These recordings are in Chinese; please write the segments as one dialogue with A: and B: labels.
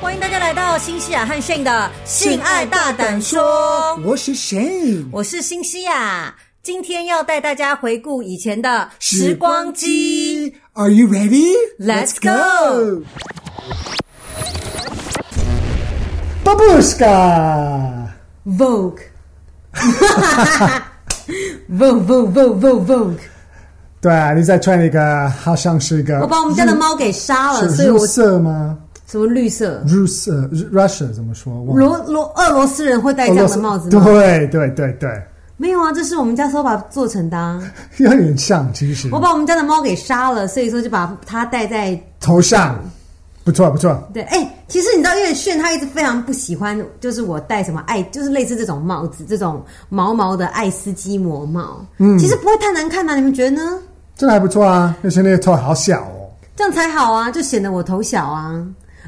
A: 欢迎大家来到新西亚和 Shane 的性爱大胆说，
B: 我是谁？
A: 我是新西亚，今天要带大家回顾以前的时光机。
B: Are you ready?
A: Let's go.
B: Babushka.
A: Vogue。Vogue Vogue Vogue Vogue Vogue，
B: 对啊，你在穿一个好像是一个
A: 我把我们家的猫给杀了，所以
B: 入
A: 我
B: 色吗？
A: 什么绿色，
B: 入色 Russia 怎么说？忘了
A: 罗罗俄罗斯人会戴这样的帽子吗？
B: 对对对对，
A: 没有啊，这是我们家 soba 做成的、啊。
B: 有点像，其实
A: 我把我们家的猫给杀了，所以说就把它戴在
B: 头上不错不错，
A: 对，哎、其实你知道，因为炫他一直非常不喜欢，就是我戴什么爱，就是类似这种帽子，这种毛毛的爱斯基摩帽，嗯，其实不会太难看啊，你们觉得呢？
B: 真的还不错啊。而且那个头好小哦，
A: 这样才好啊，就显得我头小啊，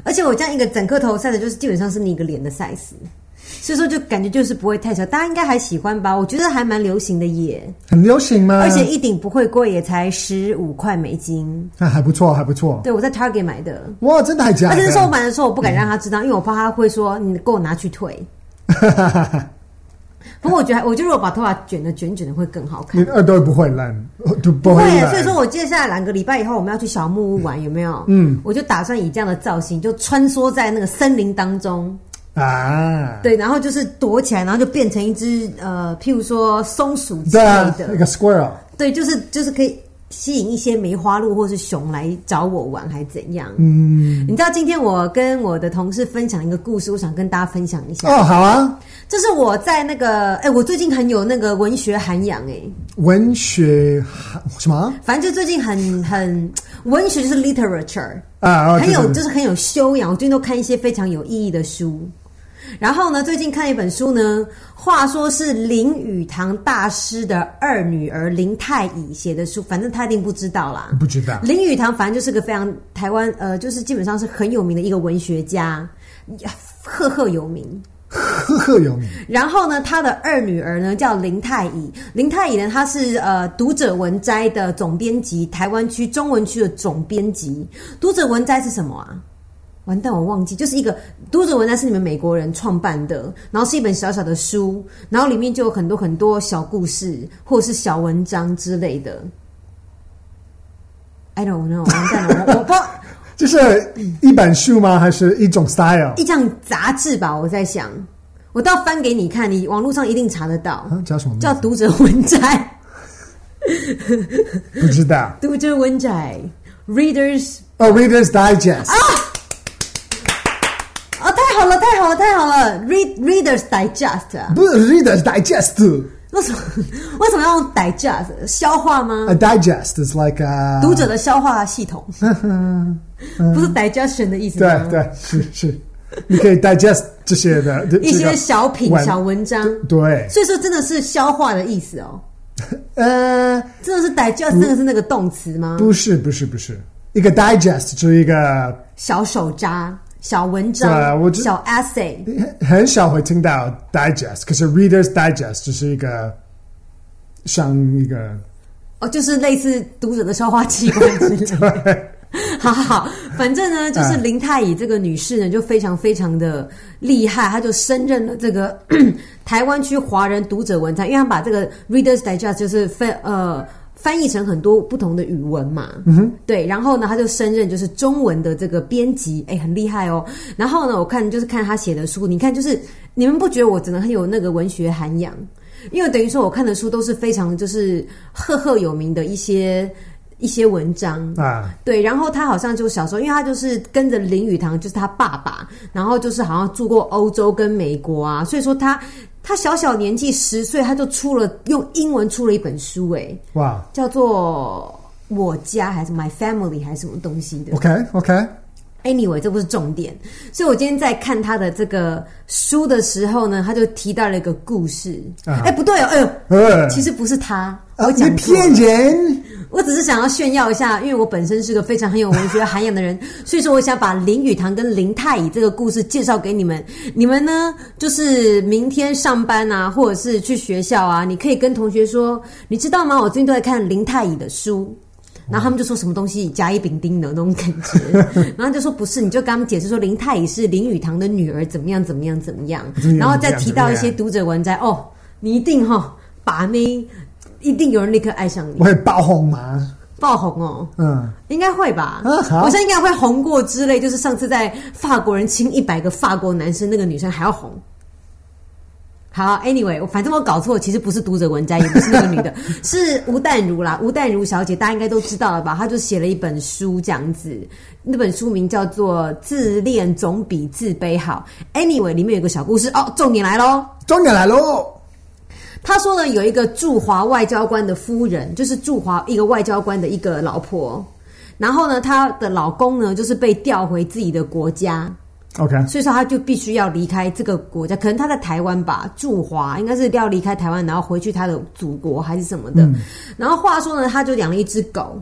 A: 而且我这样一个整个头 size 就是基本上是你一个脸的 size，所以说就感觉就是不会太小，大家应该还喜欢吧？我觉得还蛮流行的耶，
B: 很流行吗？
A: 而且一顶不会贵，也才十五块美金，
B: 啊还不错还不错，
A: 对我在 Target 买的。
B: 哇，真的还假
A: 而
B: 的？
A: 且那时候我买的时候，我不敢让他知道，因为我怕他会说你给我拿去 退。不过我觉得还，我觉得如果把头发卷的卷卷的会更好看。
B: 你耳朵不会烂， 就 不
A: 不
B: 会
A: 会，啊
B: 烂。
A: 所以说我接下来两个礼拜以后，我们要去小木屋玩，有没有？嗯，我就打算以这样的造型，就穿梭在那个森林当中，
B: 啊，
A: 对，然后就是躲起来，然后就变成一只呃，譬如说松鼠之
B: 对
A: 类
B: 啊，
A: 的，
B: 那个 squirrel，
A: 对，就是就是可以吸引一些梅花鹿或是熊来找我玩，还怎样？
B: 嗯，
A: 你知道今天我跟我的同事分享一个故事，我想跟大家分享一下。
B: 哦，好啊，
A: 这是我在那个，哎、我最近很有那个文学涵养，哎，
B: 文学什么
A: 反正就最近很很文学就是 literature，
B: 啊？哦
A: 很有
B: 对对对
A: 就是很有修养。我最近都看一些非常有意义的书。然后呢，最近看一本书呢，话说是林语堂大师的二女儿林太乙写的书，反正他一定不知道啦。
B: 不知道
A: 林语堂反正就是个非常台湾呃，就是基本上是很有名的一个文学家，赫赫有名。
B: 赫赫有名
A: 然后呢，他的二女儿呢叫林太乙，林太乙呢，她是呃《读者文摘》的总编辑，台湾区中文区的总编辑。《读者文摘》是什么啊？完蛋，我忘记，就是一个《读者文摘》是你们美国人创办的，然后是一本小小的书，然后里面就有很多很多小故事或是小文章之类的。I don't know，完蛋了，我我不 知道
B: 就是一本书吗？还是一种 style？
A: 一张杂志吧，我在想，我到翻给你看，你网络上一定查得到。
B: 啊，叫什么名字？
A: 叫读者文摘，
B: 不知道。
A: 读者文摘，readers
B: 哦，Reader's Digest，
A: 啊、太好了，太好了，太好了，read readers digest 啊，
B: 不是 Reader's Digest。
A: 为什么为什么要用 digest 消化吗？
B: A digest is like a
A: 读者的消化系统，不是 digestion 的意思
B: 对
A: 吗？
B: 嗯对是是，你可以 digest 这些的这
A: 一
B: 这
A: 些
B: 个
A: 小品、
B: 文
A: 小文章，
B: 对
A: 所以说真的是消化的意思哦，
B: 呃
A: 真的是 digest 那个是那个动词吗？
B: 不是不是不是一个 digest 就是一个
A: 小手札、小文
B: 对啊我
A: 章、
B: 知
A: 小 essay，
B: 很很少会听到 digest，可是 Reader's Digest 就是一个像一个
A: 哦，就是类似读者的消化器官之类的。
B: 对
A: 好好，好，反正呢，就是林太乙这个女士呢，就非常非常的厉害，她就升任了这个 台湾区华人读者文摘，因为她把这个 Reader's Digest 就是分呃。翻译成很多不同的语文嘛，嗯、对，然后呢，她就升任就是中文的这个编辑，哎，很厉害哦。然后呢，我看就是看她写的书，你看就是你们不觉得我真的很有那个文学涵养？因为等于说我看的书都是非常就是赫赫有名的一些一些文章，
B: 啊
A: 对，然后他好像就小时候，因为他就是跟着林语堂，就是他爸爸，然后就是好像住过欧洲跟美国啊，所以说他他小小年纪十岁，他就出了用英文出了一本书，诶，
B: 哇
A: 叫做《我家》还是《My Family》还是什么东西的。
B: OK OK
A: Anyway，这不是重点。所以我今天在看他的这个书的时候呢，他就提到了一个故事。哎、
B: 啊
A: 不对哦，哎呦，
B: 呃
A: 其实不是他，
B: 啊
A: 我
B: 你
A: 讲错了
B: 骗人。
A: 我只是想要炫耀一下，因为我本身是个非常很有文学涵养的人， 所以说我想把林语堂跟林太乙这个故事介绍给你们。你们呢，就是明天上班啊，或者是去学校啊，你可以跟同学说，你知道吗？我最近都在看林太乙的书。然后他们就说什么东西甲乙丙丁的那种感 觉，然后就说不是，你就跟他们解释说林太乙是林语堂的女儿，怎么样怎么样 怎么样，然后再提到一些读者文摘，哦，你一定哈、把妹，一定有人立刻爱上你，
B: 会爆红吗？
A: 爆红哦。
B: 嗯，
A: 应该会吧，
B: 啊好
A: 我相信应该会红过之类，就是上次在法国人亲一百个法国男生，那个女生还要红。好，anyway，我反正我搞错，其实不是读者文摘，也不是那个女 的，是吴淡如啦，吴淡如小姐，大家应该都知道了吧？她就写了一本书这样子，那本书名叫做《自恋总比自卑好》。anyway，里面有个小故事哦，重点来喽。
B: 重点来喽！
A: 他说呢，有一个驻华外交官的夫人，就是驻华一个外交官的一个老婆。然后呢，她的老公呢，就是被调回自己的国家，
B: OK，
A: 所以说她就必须要离开这个国家。可能她在台湾吧，驻华应该是要离开台湾，然后回去她的祖国还是什么的。然后话说呢，她就养了一只狗。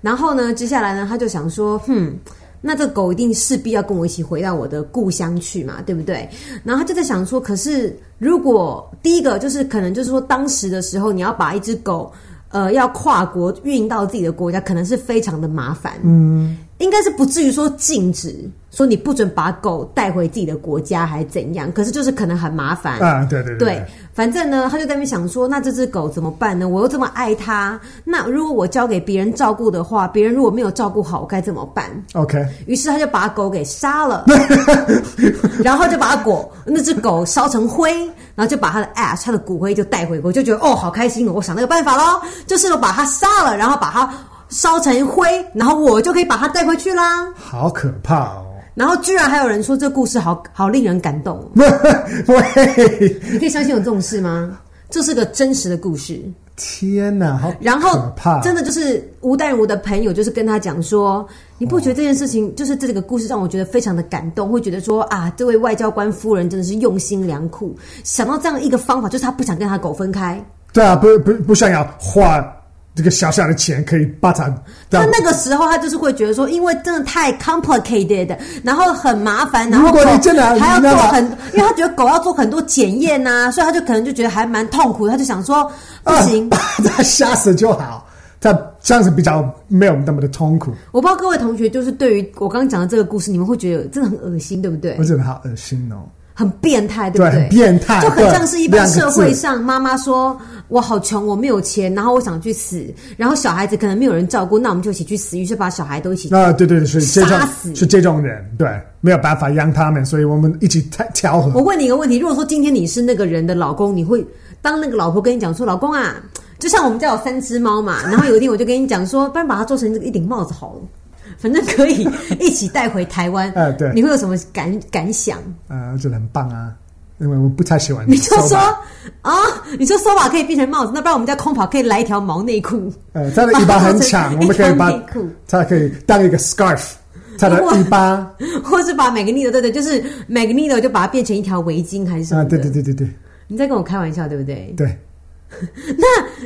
A: 然后呢，接下来呢，她就想说，哼。那这狗一定势必要跟我一起回到我的故乡去嘛，对不对？然后他就在想说，可是如果第一个就是可能就是说，当时的时候你要把一只狗，呃，要跨国运到自己的国家，可能是非常的麻烦。嗯，应该是不至于说禁止说你不准把狗带回自己的国家还是怎样，可是就是可能很麻烦。
B: 啊，对对
A: 对，反正呢，他就在那边想说，那这只狗怎么办呢？我又这么爱它，那如果我交给别人照顾的话，别人如果没有照顾好，我该怎么办？
B: ，OK，
A: 于是他就把狗给杀 了，然后就把狗那只狗烧成灰，然后就把它的 ash 它的骨灰就带回国，就觉得哦好开心哦，我想那个办法喽，就是我把它杀了，然后把它烧成灰，然后我就可以把它带回去啦。
B: 好可怕哦！
A: 然后居然还有人说这故事好好令人感动哦，
B: 喂，
A: 你可以相信有这种事吗？这是个真实的故事。
B: 天哪，好
A: 然
B: 可
A: 后
B: 怕！
A: 真的就是吴淡如的朋友，就是跟他讲说，你不觉得这件事情，就是这个故事让我觉得非常的感动，会觉得说啊，这位外交官夫人真的是用心良苦，想到这样一个方法，就是他不想跟他狗分开。
B: 对啊，不不不想要花这个小小的钱可以把它
A: 他
B: 让
A: 那个时候，他就是会觉得说，因为真的太 complicated，然后很麻烦，然后
B: 如果
A: 狗
B: 你真的
A: 还要
B: 你知
A: 做
B: 道吗
A: 很，因为他觉得狗要做很多检验呐、所以他就可能就觉得还蛮痛苦，他就想说不行
B: 啊，把它杀死就好，它这样子比较没有那么的痛苦。
A: 我不知道各位同学就是对于我刚刚讲的这个故事，你们会觉得真的很恶心，对不对
B: 我？觉得好恶心哦。
A: 很变态，对不
B: 对
A: 对？
B: 很变态
A: 就很像是一般
B: 对
A: 社
B: 两个字
A: 会上妈妈说：“我好穷，我没有钱，然后我想去死，然后小孩子可能没有人照顾，那我们就一起去死。”于是把小孩都一起
B: 啊，对对对，是这
A: 杀死
B: 种是这种人，对，没有办法养他们，所以我们一起调调
A: 我
B: 和。
A: 问你一个问题：如果说今天你是那个人的老公，你会当那个老婆跟你讲说：“老公啊，就像我们家有三只猫嘛，然后有一天我就跟你讲说，不然把它做成这个一顶帽子好了，反正可以一起带回台湾。”
B: 哎对
A: 你会有什么感感想？
B: 呃，我觉得很棒啊，因为我不太喜欢
A: 你就
B: 手
A: 说
B: 把
A: 啊，你说 sofa 可以变成帽子，那不然我们家空跑可以来一条毛内裤。
B: 呃，它的尾巴很 长，我们可以
A: 一条
B: 把
A: 内裤
B: 它可以当一个 scarf，它的
A: 哇
B: 尾巴啊，
A: 或是把 Magneto 对对，就是 Magneto 就把它变成一条围巾还是什么的、
B: 啊对对对对对
A: 你在跟我开玩笑对不对？
B: 对，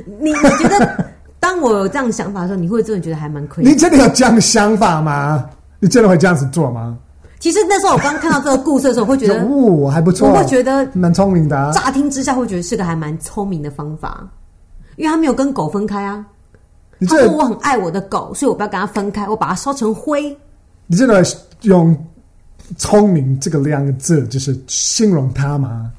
A: 你你觉得当我有这样想法的时候，你会真的觉得还蛮亏
B: 你真的有这样的想法吗？你真的会这样子做吗？
A: 其实那时候我刚看到这个故事的时候，我会觉
B: 就
A: 得，
B: 哦，还不错，
A: 我会觉得
B: 蛮聪明的啊，
A: 乍听之下会觉得是个还蛮聪明的方法，因为他没有跟狗分开啊。
B: 你
A: 他
B: 这
A: 说我很爱我的狗，所以我不要跟它分开，我把它烧成灰。
B: 你真的用“聪明”这个两个字就是形容他吗？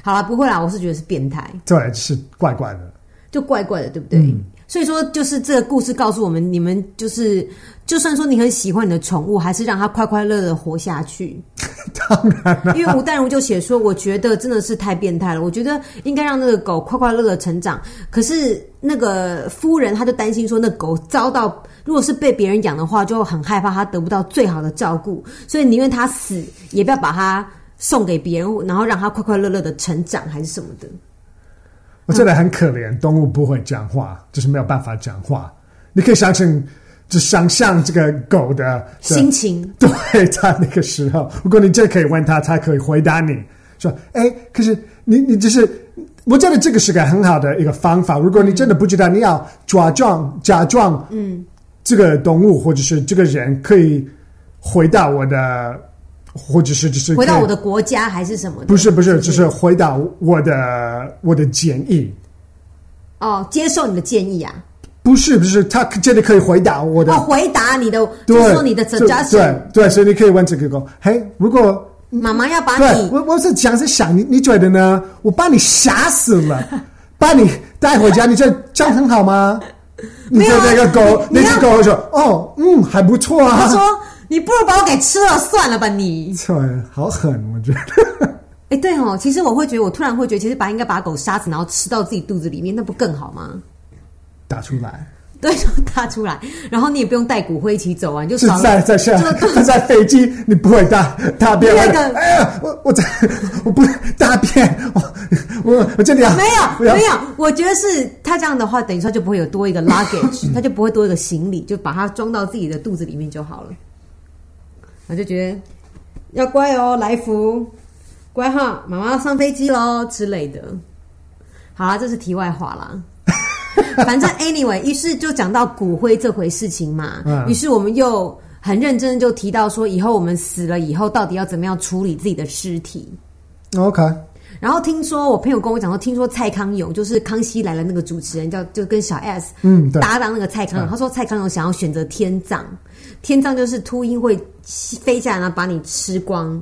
A: 好啦，不会啦，我是觉得是变态。
B: 对，就是怪怪的。
A: 就怪怪的，对不对？所以说，就是这个故事告诉我们，你们就是，就算说你很喜欢你的宠物，还是让它快快乐乐活下去。 当然、啊因为吴淡如就写说，我觉得真的是太变态了，我觉得应该让那个狗快快乐乐成长。可是那个夫人，她就担心说，那狗遭到如果是被别人养的话，就很害怕它得不到最好的照顾，所以宁愿它死，也不要把它送给别人，然后让它快快乐乐的成长，还是什么的。
B: 我觉得很可怜，动物不会讲话，就是没有办法讲话。你可以想象，就想象这个狗的的
A: 心情
B: 对他那个时候，如果你这可以问他，他可以回答你说：“哎，可是你你就是，我觉得这个是个很好的一个方法。如果你真的不知道，你要假装假装，嗯，这个动物或者是这个人可以回到我的，或者是就是
A: 回到
B: 可以
A: 我的国家还是什么的？
B: 不是不是，就是回答我的我的建议，
A: 哦，接受你的建议啊，
B: 不是不是，他真的可以回答我的。
A: 哦，回答你的，就
B: 对，
A: 是说你的
B: 就
A: suggestion，
B: 对对，所以你可以问这个狗，嘿，如果
A: 妈妈要把
B: 对
A: 啊你
B: 我我是想是想你，你觉得呢？我把你吓死了， 把你带回家，你觉得这样很好吗？你
A: 没
B: 觉
A: 有啊
B: 得那个狗，
A: 你
B: 那
A: 你
B: 只
A: 要
B: 狗会说，哦，嗯，还不错啊。
A: 他说你不如把我给吃了算了吧你。
B: 对，好狠，我觉得。
A: 哎，对哦，其实我会觉得，我突然会觉得，其实把应该把狗杀死，然后吃到自己肚子里面，那不更好吗？
B: 打出来
A: 对，就大出来，然后你也不用带骨灰一起走啊，你就是少了
B: 在在下
A: 就
B: 在飞机，你不会大大便。
A: 那个
B: 哎呀，我我在 我不大便，我 我我这里啊，
A: 没
B: 我
A: 有
B: 要
A: 没有，我觉得是他这样的话，等于说就不会有多一个 luggage，他就不会多一个行李，就把它装到自己的肚子里面就好了。我就觉得要乖哦，来福，乖哈，妈妈要上飞机喽之类的。好啦，这是题外话 啦。反正 anyway，于是就讲到骨灰这回事情嘛，
B: 嗯
A: 于是我们又很认真地就提到说，以后我们死了以后，到底要怎么样处理自己的尸体？
B: OK，
A: 然后听说我朋友跟我讲说，听说蔡康永就是《康熙来了》那个主持人叫就跟小 S
B: 嗯对
A: 搭档那个蔡康永，他说蔡康永想要选择天葬，天葬就是秃鹰会飞下来然后把你吃光，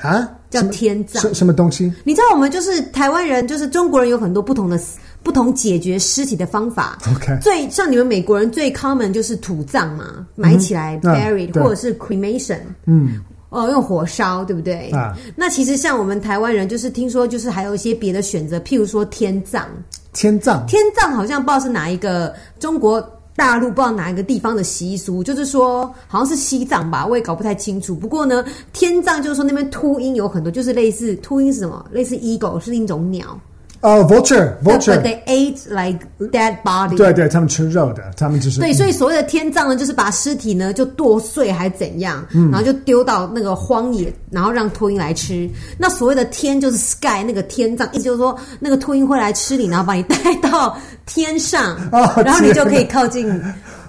B: 啊，
A: 叫天葬。
B: 什什么东西？
A: 你知道我们就是台湾人，就是中国人有很多不同的死不同解决尸体的方法。
B: OK
A: 最像你们美国人最 common 就是土葬嘛，埋起来、
B: 嗯
A: buried，、
B: 对
A: 或者是 cremation。
B: 嗯，
A: 哦，用火烧，对不对？
B: 啊
A: 那其实像我们台湾人，就是听说，就是还有一些别的选择，譬如说天葬。
B: 天葬
A: 天葬好像不知道是哪一个中国大陆不知道哪一个地方的习俗，就是说好像是西藏吧，我也搞不太清楚。不过呢，天葬就是说那边秃鹰有很多，就是类似秃鹰是什么？类似 eagle 是一种鸟
B: 哦，vulture
A: ，but
B: vulture，
A: they ate like dead body。
B: 对对，他们吃肉的，他们就
A: 嗯
B: 是嗯
A: 对，所以所谓的天葬呢，就是把尸体呢就剁碎还怎样，
B: 嗯
A: 然后就丢到那个荒野，然后让秃鹰来吃。那所谓的天就是 sky 那个天葬，意思就是说那个秃鹰会来吃你，然后把你带到天上，
B: 哦
A: 然后你就
B: 天哪
A: 可以靠近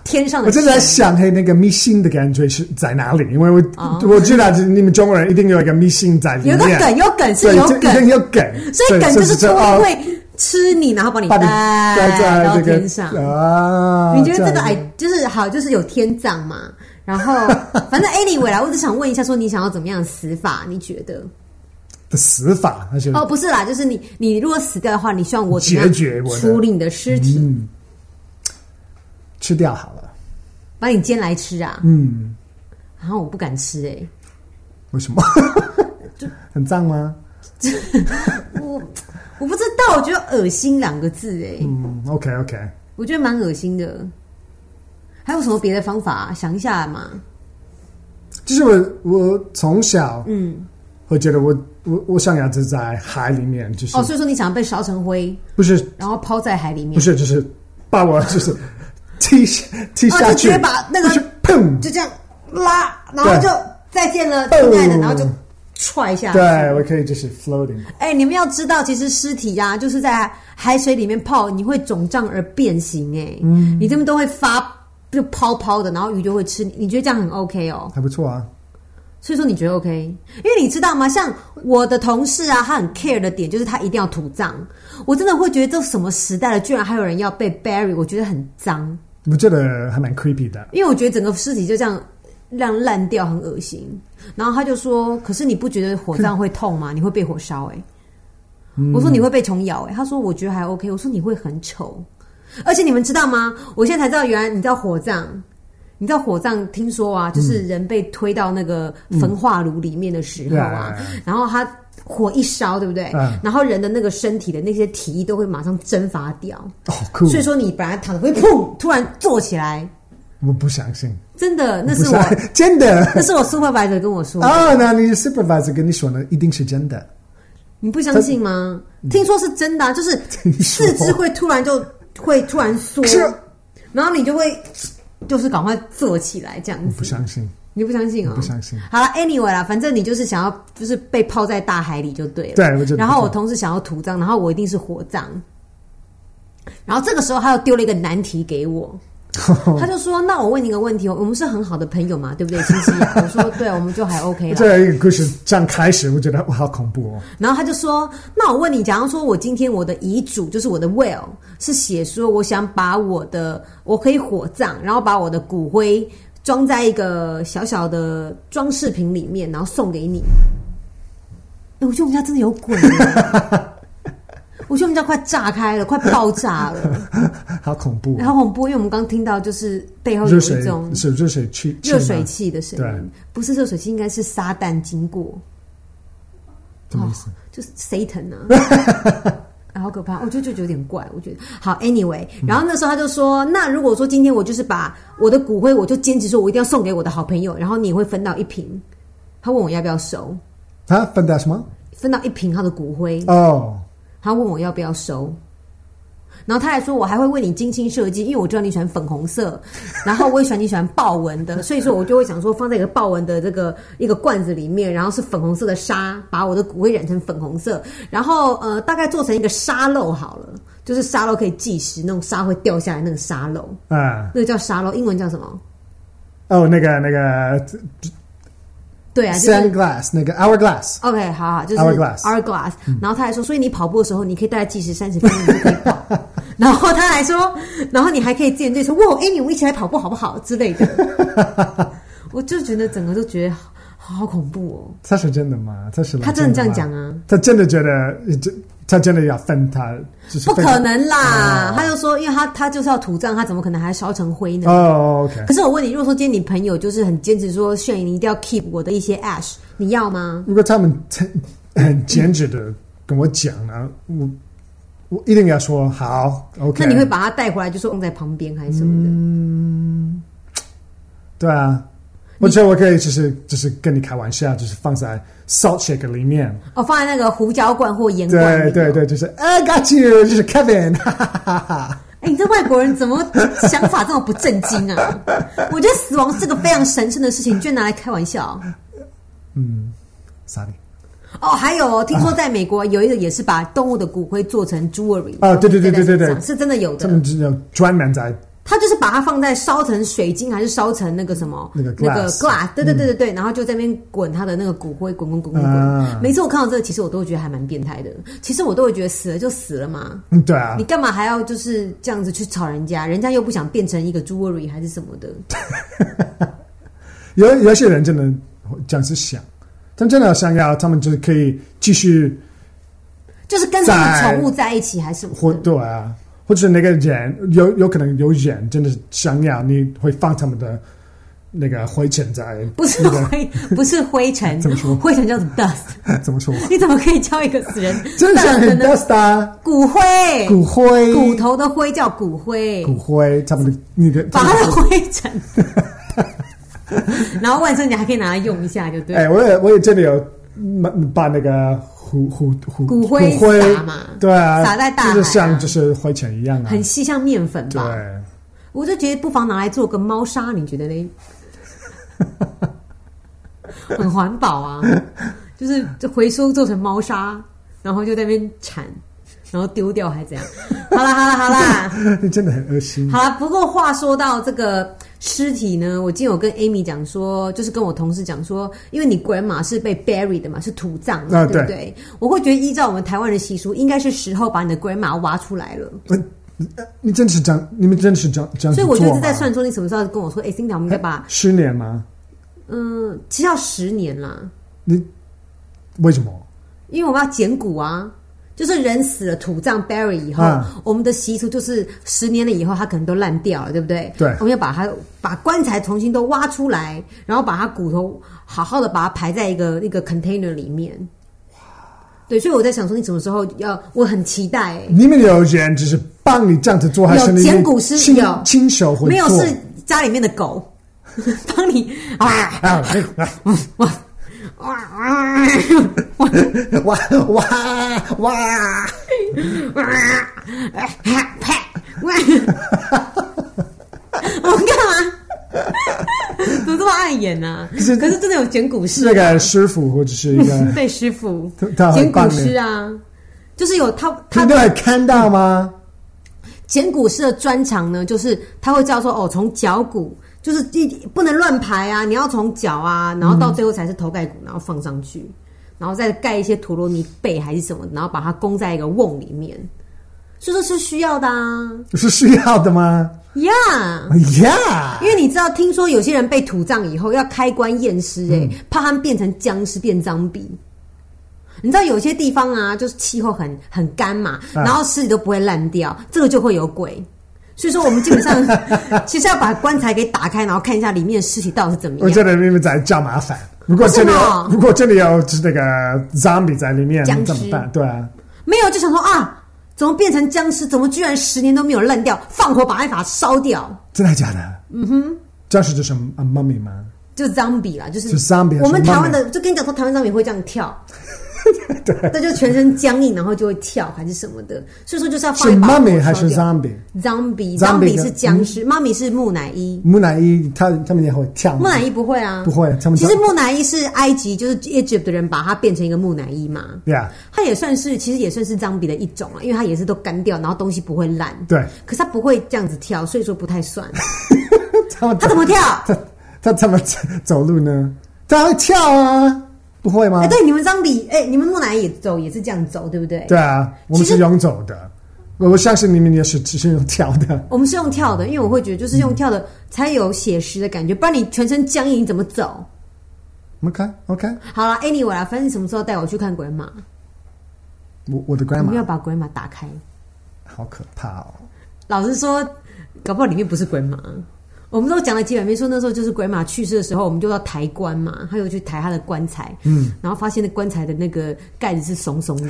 A: 天上
B: 我
A: 的神。
B: 正在想，嘿，那个迷信的感觉是在哪里？因为我、
A: 哦
B: 我知道你们中国人一定有一个迷信在里
A: 有
B: 面，
A: 个梗，有梗是
B: 对，
A: 有
B: 这一定
A: 梗，
B: 有梗，
A: 所以
B: 对
A: 梗就是秃
B: 这
A: 鹰
B: 哦
A: 会吃你，然后把你
B: 把
A: 带
B: 你带
A: 到
B: 在这
A: 天
B: 个
A: 上。
B: 啊，
A: 你觉得这个
B: 样
A: 哎，就是好，就是有天葬嘛？然 后反正 anyway 啦，我只想问一下，说你想要怎么样的死法？你觉得？
B: 嗯的死法，而且
A: 哦，不是啦，就是你你如果死掉的话，你希望我怎么
B: 解决
A: 样
B: 我的
A: 处理你的尸体，
B: 嗯，吃掉好了，
A: 把你煎来吃啊？
B: 嗯，
A: 然后我不敢吃哎、
B: 为什么？ 很脏吗？
A: 我我不知道，我觉得恶心两个字哎、
B: 嗯，OK OK，
A: 我觉得蛮恶心的。还有什么别的方法、啊？想一下嘛。
B: 就是我我从小
A: 嗯，
B: 会觉得我我我想要是在海里面，就是、
A: 哦，所以说你想要被烧成灰，
B: 不是
A: 然后抛在海里面
B: 不，是，就是把我就是踢下踢
A: 哦
B: 下
A: 就
B: 去，
A: 直接把那个
B: 就是砰，
A: 就这样拉，然后
B: 对
A: 就再见了，亲爱的，
B: 哦
A: 然后就踹下去。
B: 对我可以就是 floating，
A: 哎、你们要知道，其实尸体呀、就是在海水里面泡，你会肿胀而变形、哎、你这么都会发就泡泡的，然后鱼就会吃你。你觉得这样很 OK 哦？
B: 还不错啊。
A: 所以说你觉得 OK？因为你知道吗？像我的同事啊，他很 care 的点就是他一定要土葬。我真的会觉得这什么时代了，居然还有人要被 bury，我觉得很脏。
B: 我觉得还蛮 creepy 的，
A: 因为我觉得整个尸体就这样让烂掉，很恶心。然后他就说：“可是你不觉得火葬会痛吗？你会被火烧、欸？”哎、我说：“你会被虫咬、欸？”哎，他说：“我觉得还 OK。”我说：“你会很丑。”而且你们知道吗？我现在才知道，原来你知道火葬，你知道火葬，听说
B: 嗯
A: 啊，就是人被推到那个焚化炉里面的时候啊，
B: 嗯
A: 然后他火一烧，对不对？
B: 嗯
A: 然后人的那个身体的那些体液都会马上蒸发掉，
B: 哦酷
A: 所，以说你本来躺着会砰，突然坐起来，
B: 我不相信，
A: 真的，那
B: 不
A: 是
B: 是
A: 我，
B: 真的
A: 那是我 supervisor 跟我说，
B: 啊。那你的 supervisor 跟你说呢，一定是真的，
A: 你不相信吗？听说是真的啊、就是
B: 听说
A: 四肢会突然就会突然缩
B: 是，
A: 然后你就会就是赶快坐起来这样子。
B: 不相信，
A: 你不相信啊、
B: 不相信
A: 好了，anyway 啦，反正你就是想要就是被泡在大海里就对了。
B: 对我觉得
A: 然后我同事想要土 葬，然后我一定是火葬。然后这个时候他又丢了一个难题给我，他就说：“那我问你一个问题，我们是很好的朋友嘛，对不对，西西啊？”我说：“对，我们就还 OK 了。”
B: 这一个故事这样开始，我觉得哇，好恐怖哦！
A: 然后他就说：“那我问你，假如说我今天我的遗嘱就是我的 will 是写说我想把我的我可以火葬，然后把我的骨灰装在一个小小的装饰品里面，然后送给你。哎，我觉得我们家真的有鬼 耶，我觉得我们家快炸开了，快爆炸了，
B: 好恐怖、
A: 好恐怖！因为我们刚听到就是背后有
B: 热
A: 一
B: 水
A: 种
B: 是热水器，
A: 热水
B: 器
A: 器的声
B: 对
A: 音，不是热水器，应该是撒旦经过。
B: 吗什么意思？
A: 哦就是 Satan 啊。 啊好可怕！我觉得就有点怪，我觉得好。Anyway，然后
B: 嗯
A: 那时候他就说：“那如果说今天我就是把我的骨灰，我就坚持说我一定要送给我的好朋友，然后你会分到一瓶。”他问我要不要收，哦
B: 啊，分到什么？
A: 分到一瓶他的骨灰，
B: 哦，
A: 他问我要不要收。然后他还说，我还会为你精心设计，因为我知道你喜欢粉红色， 然后我也喜欢你喜欢豹纹的，所以说我就会想说放在一个豹纹的这个一个罐子里面，然后是粉红色的沙，把我的骨灰染成粉红色，然后呃大概做成一个沙漏好了，就是沙漏可以计时，那种沙会掉下来那个沙漏，
B: 啊，
A: 那个叫沙漏，英文叫什么？
B: 哦，那个那个
A: 对啊，就是
B: sand glass，那个 hourglass，
A: OK，好好，就是
B: Hourglass
A: hourglass
B: 嗯
A: 然后他还说，所以你跑步的时候，你可以大概计时三十分钟，你就可以 跑。然后他还说，然后你还可以见对说，哇，哎、你我一起来跑步好不好之类的。 我就觉得整个都觉得好好恐怖哦。
B: 他是真的吗？他是
A: 他真的这样讲啊？
B: 他真的觉得这他真的要分他，就是哦
A: 不
B: 分
A: 可能啦！他就说，因为他他就是要土葬，他怎么可能还烧成灰呢？
B: 哦，OK，
A: 可是我问你，如果说今天你朋友就是很坚持说，炫你一定要 keep 我的一些 ash，你要吗？
B: 如果他们很很坚持的跟我讲呢，我我一定要说好，OK。
A: 那你会把它带回来，就说放在旁边还是什么的？
B: 嗯对啊？我觉得我可以，就是就是跟你开玩笑，就是放在 salt shaker 里面。
A: 哦，放在那个胡椒罐或盐罐里
B: 对
A: 面
B: 对对，就是 I got you，就是 Kevin，哈
A: 啊
B: 哈哈哈。
A: 哎、你这外国人怎么想法这么不正经 啊？我觉得死亡是个非常神圣的事情，你居然拿来开玩笑。
B: Sorry。
A: 哦，还有哦，听说在美国有一个也是把动物的骨灰做成 jewelry
B: 啊对对对
A: 戴在
B: 对对
A: 手上
B: 对
A: 是真的有
B: 他
A: 的。
B: 们只有专门在
A: 他就是把它放在烧成水晶，还是烧成那个什么
B: 那个 glass 嗯
A: glass，对对对对对，然后就在那边滚他的那个骨灰，滚滚滚滚滚。
B: 啊
A: 每次我看到这个，其实我都会觉得还蛮变态的。其实我都会觉得死了就死了嘛，
B: 嗯，对啊
A: 你，干嘛还要就是这样子去吵人家？人家又不想变成一个 jewelry 还是什么的。
B: 有有些人真的这样子想，他们真的想要，他们就是可以继续
A: 就是跟这个宠物在一起还是什
B: 活
A: 么的？
B: 对啊，或者是那个人有有可能有人真的想要，你会放他们的那个灰尘在，
A: 不是灰，不是灰尘
B: 怎么说，
A: 灰尘叫做 dust。
B: 怎么说？
A: 你怎么可以叫一个死人
B: 真的是
A: dust
B: 很
A: 呢？
B: dust 啊，
A: 骨灰，
B: 骨灰、
A: 骨头的灰叫骨灰，
B: 骨灰，他们的那个
A: 把它的灰尘。 然后万圣节还可以拿来用一下，就对了。
B: 哎，我也我也真的有嗯把那个骨骨骨
A: 骨灰
B: 骨灰
A: 撒嘛
B: 对啊，
A: 撒在大海啊
B: 就是像就是灰尘一样啊，
A: 很细，像面粉
B: 对，
A: 吧？我就觉得不妨拿来做个猫砂，你觉得呢？很环保啊，就是回收做成猫砂，然后就在那边铲，然后丢掉还怎样？好啦好啦好啦，
B: 你真的很恶心。
A: 好啦，不过话说到这个尸体呢，我今天有跟 Amy 讲说，就是跟我同事讲说，因为你 grandma 是被 bury 的嘛，是土葬嘛，
B: 啊
A: 对不
B: 对
A: 对？我会觉得依照我们台湾的习俗，应该是时候把你的 grandma 挖出来了。
B: 呃你真的是这样，你们真的是这样这样子
A: 所以
B: 做吗？
A: 我就一直在算说，你什么时候跟我说，哎、c i n d y 我们应该把
B: 十年吗？
A: 嗯，其实要十年啦，
B: 你为什么？
A: 因为我们要捡骨啊。就是人死了，土葬 bury 以后，
B: 嗯
A: 我们的习俗就是十年了以后，它可能都烂掉了，对不对？
B: 对
A: 我们要把它把棺材重新都挖出来，然后把它骨头好好的把它排在一个那个 container 里面。对，所以我在想说，你什么时候要？我很期待、欸，
B: 你们有人只是帮你这样子做，还是你
A: 捡骨师
B: 亲
A: 有
B: 亲手会做？
A: 没有是家里面的狗 帮你啊
B: 啊！啊
A: 哇哇哇
B: 哇哇哇！
A: 哇，哎啪啪，哇！我们干嘛？怎么这么碍眼呢、啊？可
B: 是
A: 是真的有捡骨
B: 是那
A: 师，
B: 个师傅或者是一个，
A: 被师傅
B: 他他
A: 捡
B: 很
A: 骨
B: 棒
A: 师
B: 的，
A: 啊，就是有他
B: 你
A: 他
B: 都有看到吗？
A: 简古诗的专长呢，啊就是他会教说哦，从脚骨就是一不能乱排啊，你要从脚啊，然后到最后才是头盖骨，然后放上去，然后再盖一些陀罗尼被还是什么，然后把它供在一个瓮里面，所以说是需要的啊
B: 是需要的吗
A: ，Yeah。
B: ？Yeah，
A: 因为你知道，听说有些人被土葬以后要开棺验尸、欸，
B: 嗯
A: 怕他们变成僵尸、变脏笔。你知道有些地方啊，就是气候很很干嘛，
B: 啊
A: 然后尸体都不会烂掉，这个就会有鬼。所以说，我们基本 上其实要把棺材给打开，然后看一下里面的尸体到底是怎么
B: 我
A: 样。
B: 觉得你们在叫麻烦。如果真的
A: 为什
B: 有
A: 么，
B: 如果真的有这个 zombie 在里面，
A: 僵尸
B: 怎么办？对啊，
A: 没有就想说啊，怎么变成僵尸？怎么居然十年都没有烂掉？放火把那把烧掉，
B: 真的假的？嗯哼，僵尸就是 a mummy 吗？
A: 就是 zombie 啦，就是
B: 就 zombie 啊
A: 我们
B: 还是
A: 台湾的就跟你讲说，台湾 zombie 会这样跳。
B: 对，
A: 那就全身僵硬，然后就会跳还是什么的，所以说就是要放
B: 是
A: 一把火
B: mummy 还是
A: 烧掉
B: zombie？
A: zombie
B: zombie 的
A: zombie
B: 嗯
A: 是僵尸，妈咪是木乃伊，
B: 木乃伊他他们也会跳吗？
A: 木乃伊不会啊，
B: 不会他们
A: 其
B: 跳
A: 实木乃伊是埃及，就是 Egypt 的人把它变成一个木乃伊嘛，
B: ，Yeah，
A: 它也算是其实也算是 zombie 的一种啊，因为它也是都干掉，然后东西不会烂，
B: 对，
A: 可是它不会这样子跳，所以说不太 算。
B: 他们
A: 它怎么跳？
B: 他 他怎么走走路呢？他会跳啊，不会吗？
A: 哎，对，你们 zombie，哎，你们木乃伊也走也是这样走，对不对？
B: 对啊，我们是用走的，我我相信你们也是只是用跳的。
A: 我们是用跳的，因为我会觉得就是用跳的才有写实的感觉，不然你全身僵硬你怎么走？
B: OK OK，
A: 好啦 a n y w a y 啦，反正你什么时候带我去看鬼马？
B: 我我的
A: 我们
B: grandma
A: 要把鬼马打开。
B: 好可怕哦。
A: 老实说，搞不好里面不是鬼马。我们都讲了几百遍，说那时候就是鬼马去世的时候，我们就要抬棺嘛，他又去抬他的棺材，嗯，然后发现那棺材的那个盖子是耸耸的。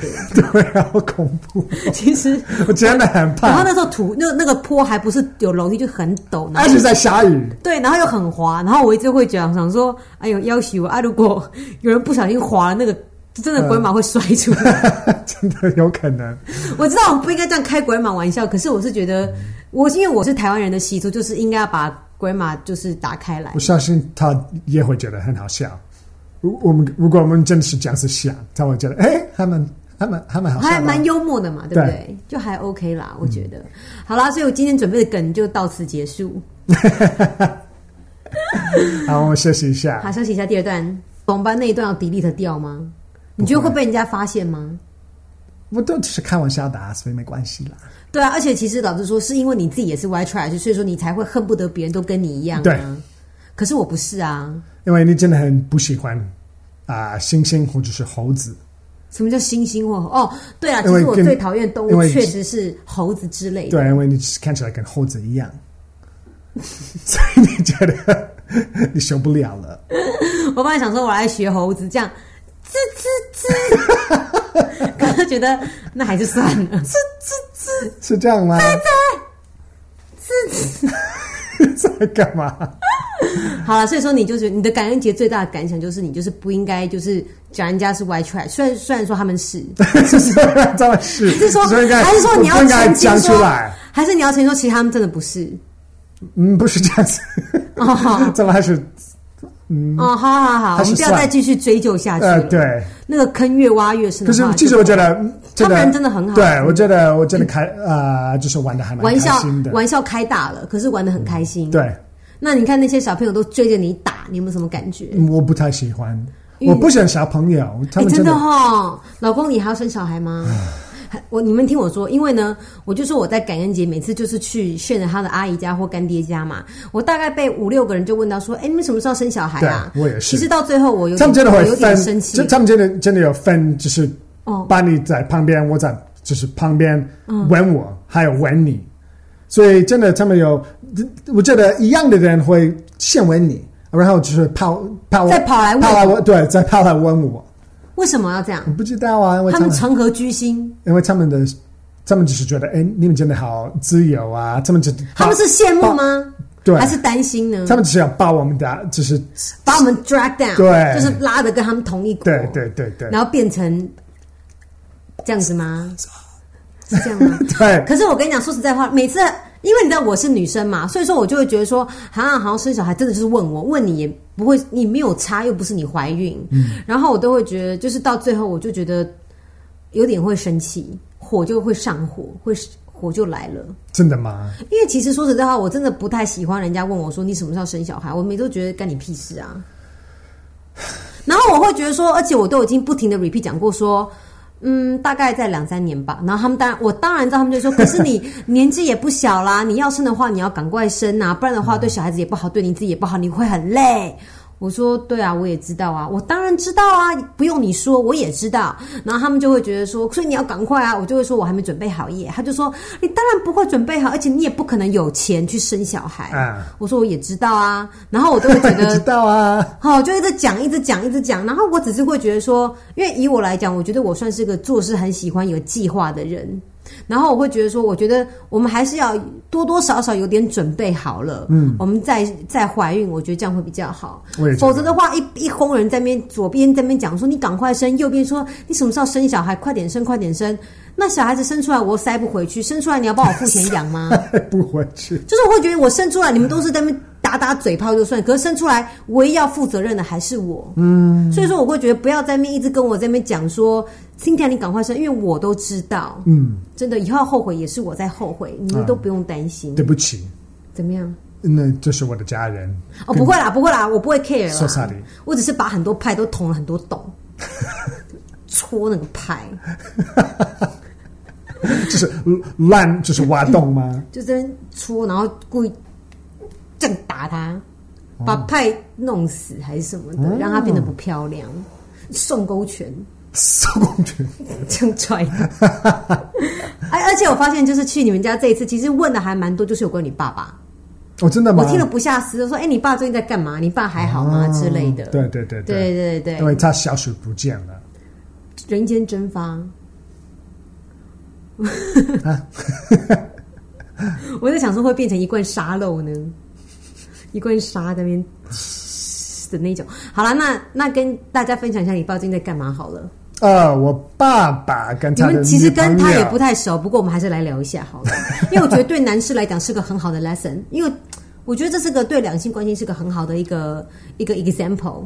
B: 对啊，好恐怖！
A: 其实，
B: 我真的很
A: 然后
B: 怕，
A: 那时候土那那个坡还不是有楼梯，就很陡，然
B: 而
A: 后
B: 且在下雨。
A: 对，然后又很滑，然后我一直会讲想说，哎呦，要死我啊！如果有人不小心滑了，那个真的鬼马会摔出来。
B: 真的有可能，
A: 我知道我们不应该这样开鬼马玩笑，可是我是觉得，我因为我是台湾人的习俗，就是应该要把鬼马就是打开来
B: 我。相信他也会觉得很好笑。如我们如果我们真的是这样子想，他会觉得，哎、他们他们他们好笑的，
A: 还蛮幽默的嘛，对不对？就还 OK 啦，我觉得。好啦，所以我今天准备的梗就到此结束。
B: 好，我们休息一下。
A: 好，休息一下。第二段，我们班那一段要 delete 掉吗？你觉得会被人家发现吗？
B: 我都只是开玩笑的、啊，所以没关系啦。
A: 对啊，而且其实老实说，是因为你自己也是 Y trash，所以说你才会恨不得别人都跟你一样、啊。
B: 对。
A: 可是我不是啊。
B: 因为你真的很不喜欢啊、猩猩或者是猴子，
A: 什么叫猩猩或哦？对啊，其
B: 因为
A: 实我
B: 跟
A: 最讨厌动
B: 因
A: 物
B: 为
A: 确实是猴子之类的。
B: 对，因为你只看起来跟猴子一样， 所以你觉得你受不了了。
A: 我本来想说我来学猴子这样，吱吱 吱，可是觉得那还是算了，吱吱
B: 是这样吗？
A: 吱吱
B: 在干嘛？
A: 吱。好了，所以说你就是你的感恩节最大的感想就是你就是不应该就是讲人家是 Y trash，虽然虽然说他们是，
B: 是这么是？
A: 是说
B: 所以应该
A: 还是说你要
B: 我不应该
A: 澄
B: 讲
A: 清
B: 出
A: 说
B: 来？，
A: 还是你要澄清说其实他们真的不是？
B: 嗯，不是这样子。
A: 哦
B: 怎么还是
A: 哦，好好好，我
B: 还嗯是
A: 们不要
B: 算
A: 再继续追究下去
B: 呃
A: 了。
B: 对？
A: 那个坑越挖越深
B: 可
A: 的
B: 是
A: 话，
B: 其实我觉得嗯真的，
A: 他们人真的很好
B: 对我觉得我真的开啊、就是玩的还蛮
A: 玩
B: 开
A: 笑
B: 心的。
A: 玩笑开大了，可是玩的很开心。
B: 对，
A: 那你看那些小朋友都追着你打，你有没有什么感觉？
B: 我不太喜欢，
A: 因为
B: 我不想小朋友，嗯他
A: 哎，
B: 们
A: 真的
B: 真
A: 哦，老公，你还要生小孩吗？还我你们听我说，因为呢，我就说我在感恩节每次就是去炫了他的阿姨家或干爹家嘛，我大概被五六个人就问到说，哎，你们什么时候生小孩啊？
B: 对我也
A: 其
B: 是
A: 实到最后我有
B: 他
A: 点
B: 们真的
A: 我
B: 会
A: 有点生
B: 分，
A: 气
B: 就，他们真的真的有分，就是
A: 哦
B: 把你在旁边，我在就是旁边
A: 嗯
B: 吻我，还有吻你，所以真的他们有，我觉得一样的人会先吻你，然后就是跑跑
A: 再跑来吻
B: 跑来我对，再跑来吻我，
A: 为什么要这样
B: 我？不知道啊，因为
A: 他
B: 他
A: 们
B: 们
A: 成何居心？
B: 因为他们的他们只是觉得哎，你们真的好自由啊，他们只
A: 他们是羡慕吗？
B: 对
A: 还是担心呢？
B: 他们只是要把我们的啊就是
A: 把我们 drag down，
B: 对
A: 就是拉的跟他们同一国，
B: 对对对对
A: 然后变成这样子吗？是这样吗？
B: 对。
A: 可是我跟你讲，说实在话，每次因为你知道我是女生嘛，所以说我就会觉得说，啊，好像生小孩真的就是问我，问你也不会，你没有差，又不是你怀孕，然后我都会觉得，就是到最后我就觉得有点会生气，火就会上火，会火就来了。
B: 真的吗？
A: 因为其实说实在话，我真的不太喜欢人家问我说你什么时候生小孩，我每次都觉得干你屁事啊。然后我会觉得说，而且我都已经不停的 repeat 讲过说，嗯，大概在两三年吧。然后他们当然，我当然知道他们就说，可是你 年纪也不小啦，你要生的话，你要赶快生啊，不然的话对小孩子也不好，对你自己也不好，你会很累。我说对啊，我也知道啊，我当然知道啊，不用你说，我也知道。然后他们就会觉得说，所以你要赶快啊，我就会说我还没准备好耶。他就说你当然不会准备好，而且你也不可能有钱去生小孩。
B: 嗯
A: 我说我也知道啊，然后我都会 觉得
B: 知道啊，
A: 好，就一直讲，一直讲，一直讲。然后我只是会觉得说，因为以我来讲，我觉得我算是个做事很喜欢有计划的人。然后我会觉得说，我觉得我们还是要多多少少有点准备好了，嗯，我们再再怀孕，我觉得这样会比较好
B: 我也。觉得
A: 否则的话，一一哄人在那边左边在那边讲说你赶快生，右边说你什么时候生小孩，快点生，快点生。那小孩子生出来我塞不回去，生出来你要帮我付钱养 吗？
B: 不回去。
A: 就是我会觉得我生出来，你们都是在那边打打嘴炮就算，可是生出来唯一要负责任的还是我。嗯，所以说我会觉得不要在那边一直跟我在那边讲说，今天你赶快生，因为我都知道，
B: 嗯，
A: 真的以后后悔也是我在后悔，你们都不用担心。
B: 对不起，
A: 怎么样？
B: 那这是我的家人。
A: 哦，不会啦，不会啦，我不会 care
B: So sorry
A: 啦。我只是把很多派都捅了很多 洞，戳那个派，
B: 就是烂，就是挖洞吗？
A: 就在那边戳，然后故意这样打他，
B: 哦
A: 把派弄死还是什么的，
B: 嗯
A: 让他变得不漂亮。送勾拳
B: 手工具
A: 这样踹他， 哎而而且我发现就是去你们家这一次，其实问的还蛮多，就是有关你爸爸。
B: 哦，真的吗？
A: 我听了不下思，就说：“哎、你爸最近在干嘛？你爸还好吗？”之类的。
B: 嗯对对
A: 对
B: 对
A: 对对
B: 因为他消失不见了。
A: 人间蒸发。
B: 啊
A: 我在想说会变成一罐沙漏呢，一罐沙在那边的那种。好了，那那跟大家分享一下你爸最近在干嘛好了。
B: 呃，我爸爸跟
A: 你
B: 他的
A: 们其实跟
B: 女朋
A: 他
B: 友
A: 也不太熟，不过我们还是来聊一下好了，因为我觉得对男士来讲是个很好的 lesson，因为我觉得这是个对两性关系是个很好的一个一个 example。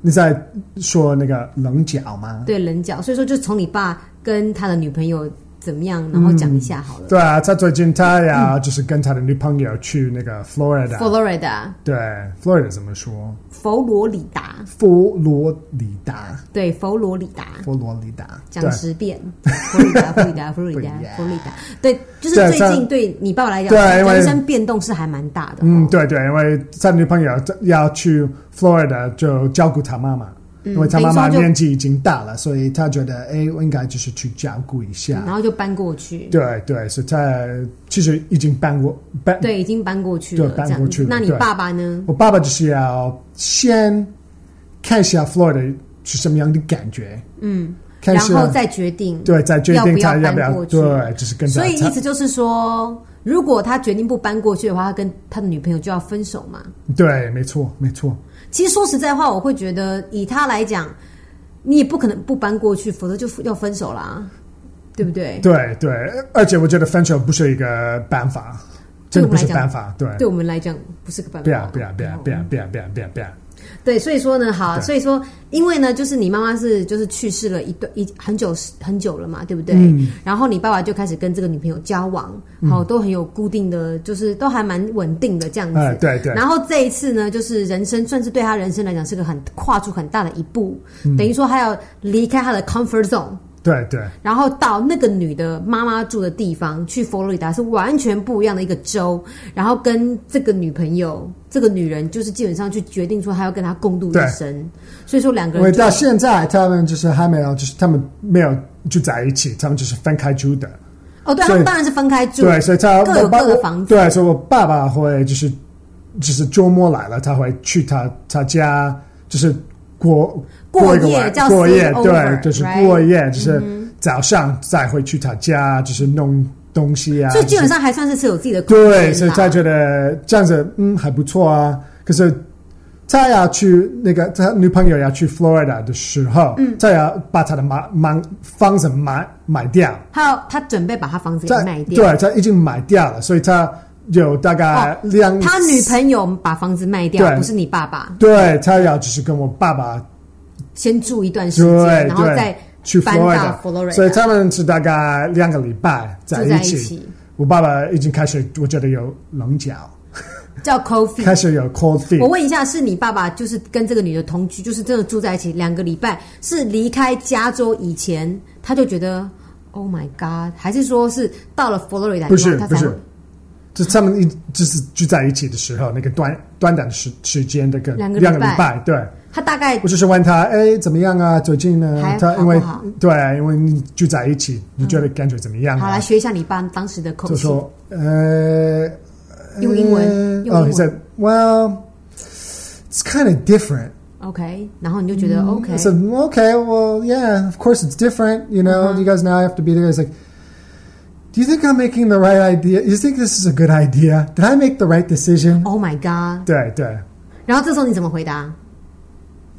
B: 你在说那个棱角吗？
A: 对棱角，所以说就从你爸跟他的女朋友怎么样，然后讲一下好了。
B: 对啊，他最近他呀，
A: 嗯
B: 就是跟他的女朋友去那个 Florida，
A: Florida，
B: 对 Florida 怎么说？
A: 佛罗里达，
B: 佛罗里达，
A: 对，佛罗里达，
B: 佛罗里达，对
A: 讲十遍，佛罗里达，佛罗里达，佛罗里达
B: 不一样，
A: 佛罗里达，对，就是
B: 对
A: 最
B: 这
A: 近
B: 样
A: 对你爸爸来讲，
B: 对因为
A: 人生变动是还蛮大的。哦
B: 嗯，对对，因为他女朋友要去 Florida 就照顾他妈妈，因为他妈妈
A: 等于说嗯就
B: 年纪已经大了，所以他觉得哎，我应该就是去照顾一下。
A: 然后就搬过去，
B: 啊对对，所以他其实已经搬过搬。
A: 对，已经搬过去了，
B: 对搬
A: 这样
B: 过去
A: 子
B: 了。
A: 那你
B: 对
A: 爸爸呢？
B: 我爸爸就是要先看一下 Florida 是什么样的感觉，
A: 嗯，
B: 看一
A: 然
B: 下
A: 后再决定。
B: 啊对再决定他
A: 要
B: 要
A: 不
B: 不
A: 要
B: 要
A: 搬过去
B: 对，就是跟他
A: 所以
B: 他
A: 意思就是说，如果他决定不搬过去的话，他跟他的女朋友就要分手嘛。
B: 对，没错没错，
A: 其实说实在话，我会觉得以他来讲，你也不可能不搬过去，否则就要分手啦，对不对？
B: 对对，而且我觉得分手不是一个办法，真的不是
A: 对我们来讲
B: 办法，对
A: 对我们来讲不是个办法。
B: 不要不要不要
A: 哦
B: 不要不要不要不要不要，
A: 对，所以说呢，好，
B: 啊对
A: 所以说，因为呢，就是你妈妈是就是去世了一段一很久很久了嘛，对不对？
B: 嗯
A: 然后你爸爸就开始跟这个女朋友交往，好、都很有固定的，就是都还蛮稳定的这样子。
B: 哎对对
A: 然后这一次呢，就是人生算是对他人生来讲是个很跨出很大的一步，等于说他要离开他的 comfort zone。
B: 对对
A: 然后到那个女的妈妈住的地方去佛罗里达是完全不一样的一个州，然后跟这个女朋友，这个女人就是基本上去决定说她要跟她共度一生，所以说两个
B: 因为
A: 人就
B: 到现在他们就是还没有，就是他们没有住在一起，他们就是分开住的。
A: 哦，对，他
B: 所以
A: 们当然是分开住，
B: 对，所以他
A: 各有
B: 我爸
A: 各的房子
B: 对，所以我爸爸会就是就是周末来了，他会去他他家，就是过
A: 过
B: 一个
A: 夜
B: 晚
A: 叫
B: 过夜，
A: sleepover，
B: 对，就是
A: right？嗯
B: 过夜，就是早上再会去他家，就是弄东西啊。
A: 所以基
B: 就是
A: 本上还算是是有自己的空间
B: 对，
A: 啦
B: 所以他觉得这样子嗯还不错啊。可是他要去那个他女朋友要去 Florida 的时候，嗯，他要把他的买买房子买买掉。
A: 还有他准备把他房子给
B: 在
A: 卖掉，
B: 对，他已经买掉了，所以他有大概
A: 哦
B: 两、
A: 他女朋友把房子卖掉，
B: 对
A: 不是你爸爸，
B: 对他要就是跟我爸爸
A: 先住一段时间，
B: 对
A: 然后
B: 对
A: 再
B: 去
A: 搬到
B: Florida，,
A: Florida
B: 所以他们是大概两个礼拜在
A: 住在
B: 一
A: 一
B: 起。
A: 起
B: 我爸爸已经开始，我觉得有棱角，
A: 叫 Coffee。
B: 开始有 cold
A: 我
B: feet。
A: 问一下，是你爸爸就是跟这个女的同居，就是真的住在一起两个礼拜，是离开加州以前他就觉得 Oh my God，还是说是到了佛罗里达以后
B: 不是
A: 他
B: 不
A: 才
B: 是，就他们一就是聚在一起的时候，那个短短短的时时间，那个
A: 两个礼
B: 两个礼
A: 拜
B: 拜，对。
A: 他大概
B: 我就是问他，哎，怎么样啊？最近呢
A: 还？
B: 他
A: 好
B: 因为
A: 不好
B: 对，因为你聚在一起，你觉得感觉怎么样
A: 好
B: 啊
A: 来？学一下你爸当时的口
B: 就
A: 气，
B: 说呃，
A: 用英文
B: 呃哦
A: 用英文
B: he said, well, it's kind of different.
A: OK，然后你就觉得 OK，
B: I said, okay, well, yeah, of course it's different. You know, you guys now have to be there. It's like, do you think I'm making the right idea? You think this is a good idea? Did I make the right decision?
A: Oh my God！
B: 对对，
A: 然后这时候你怎么回答？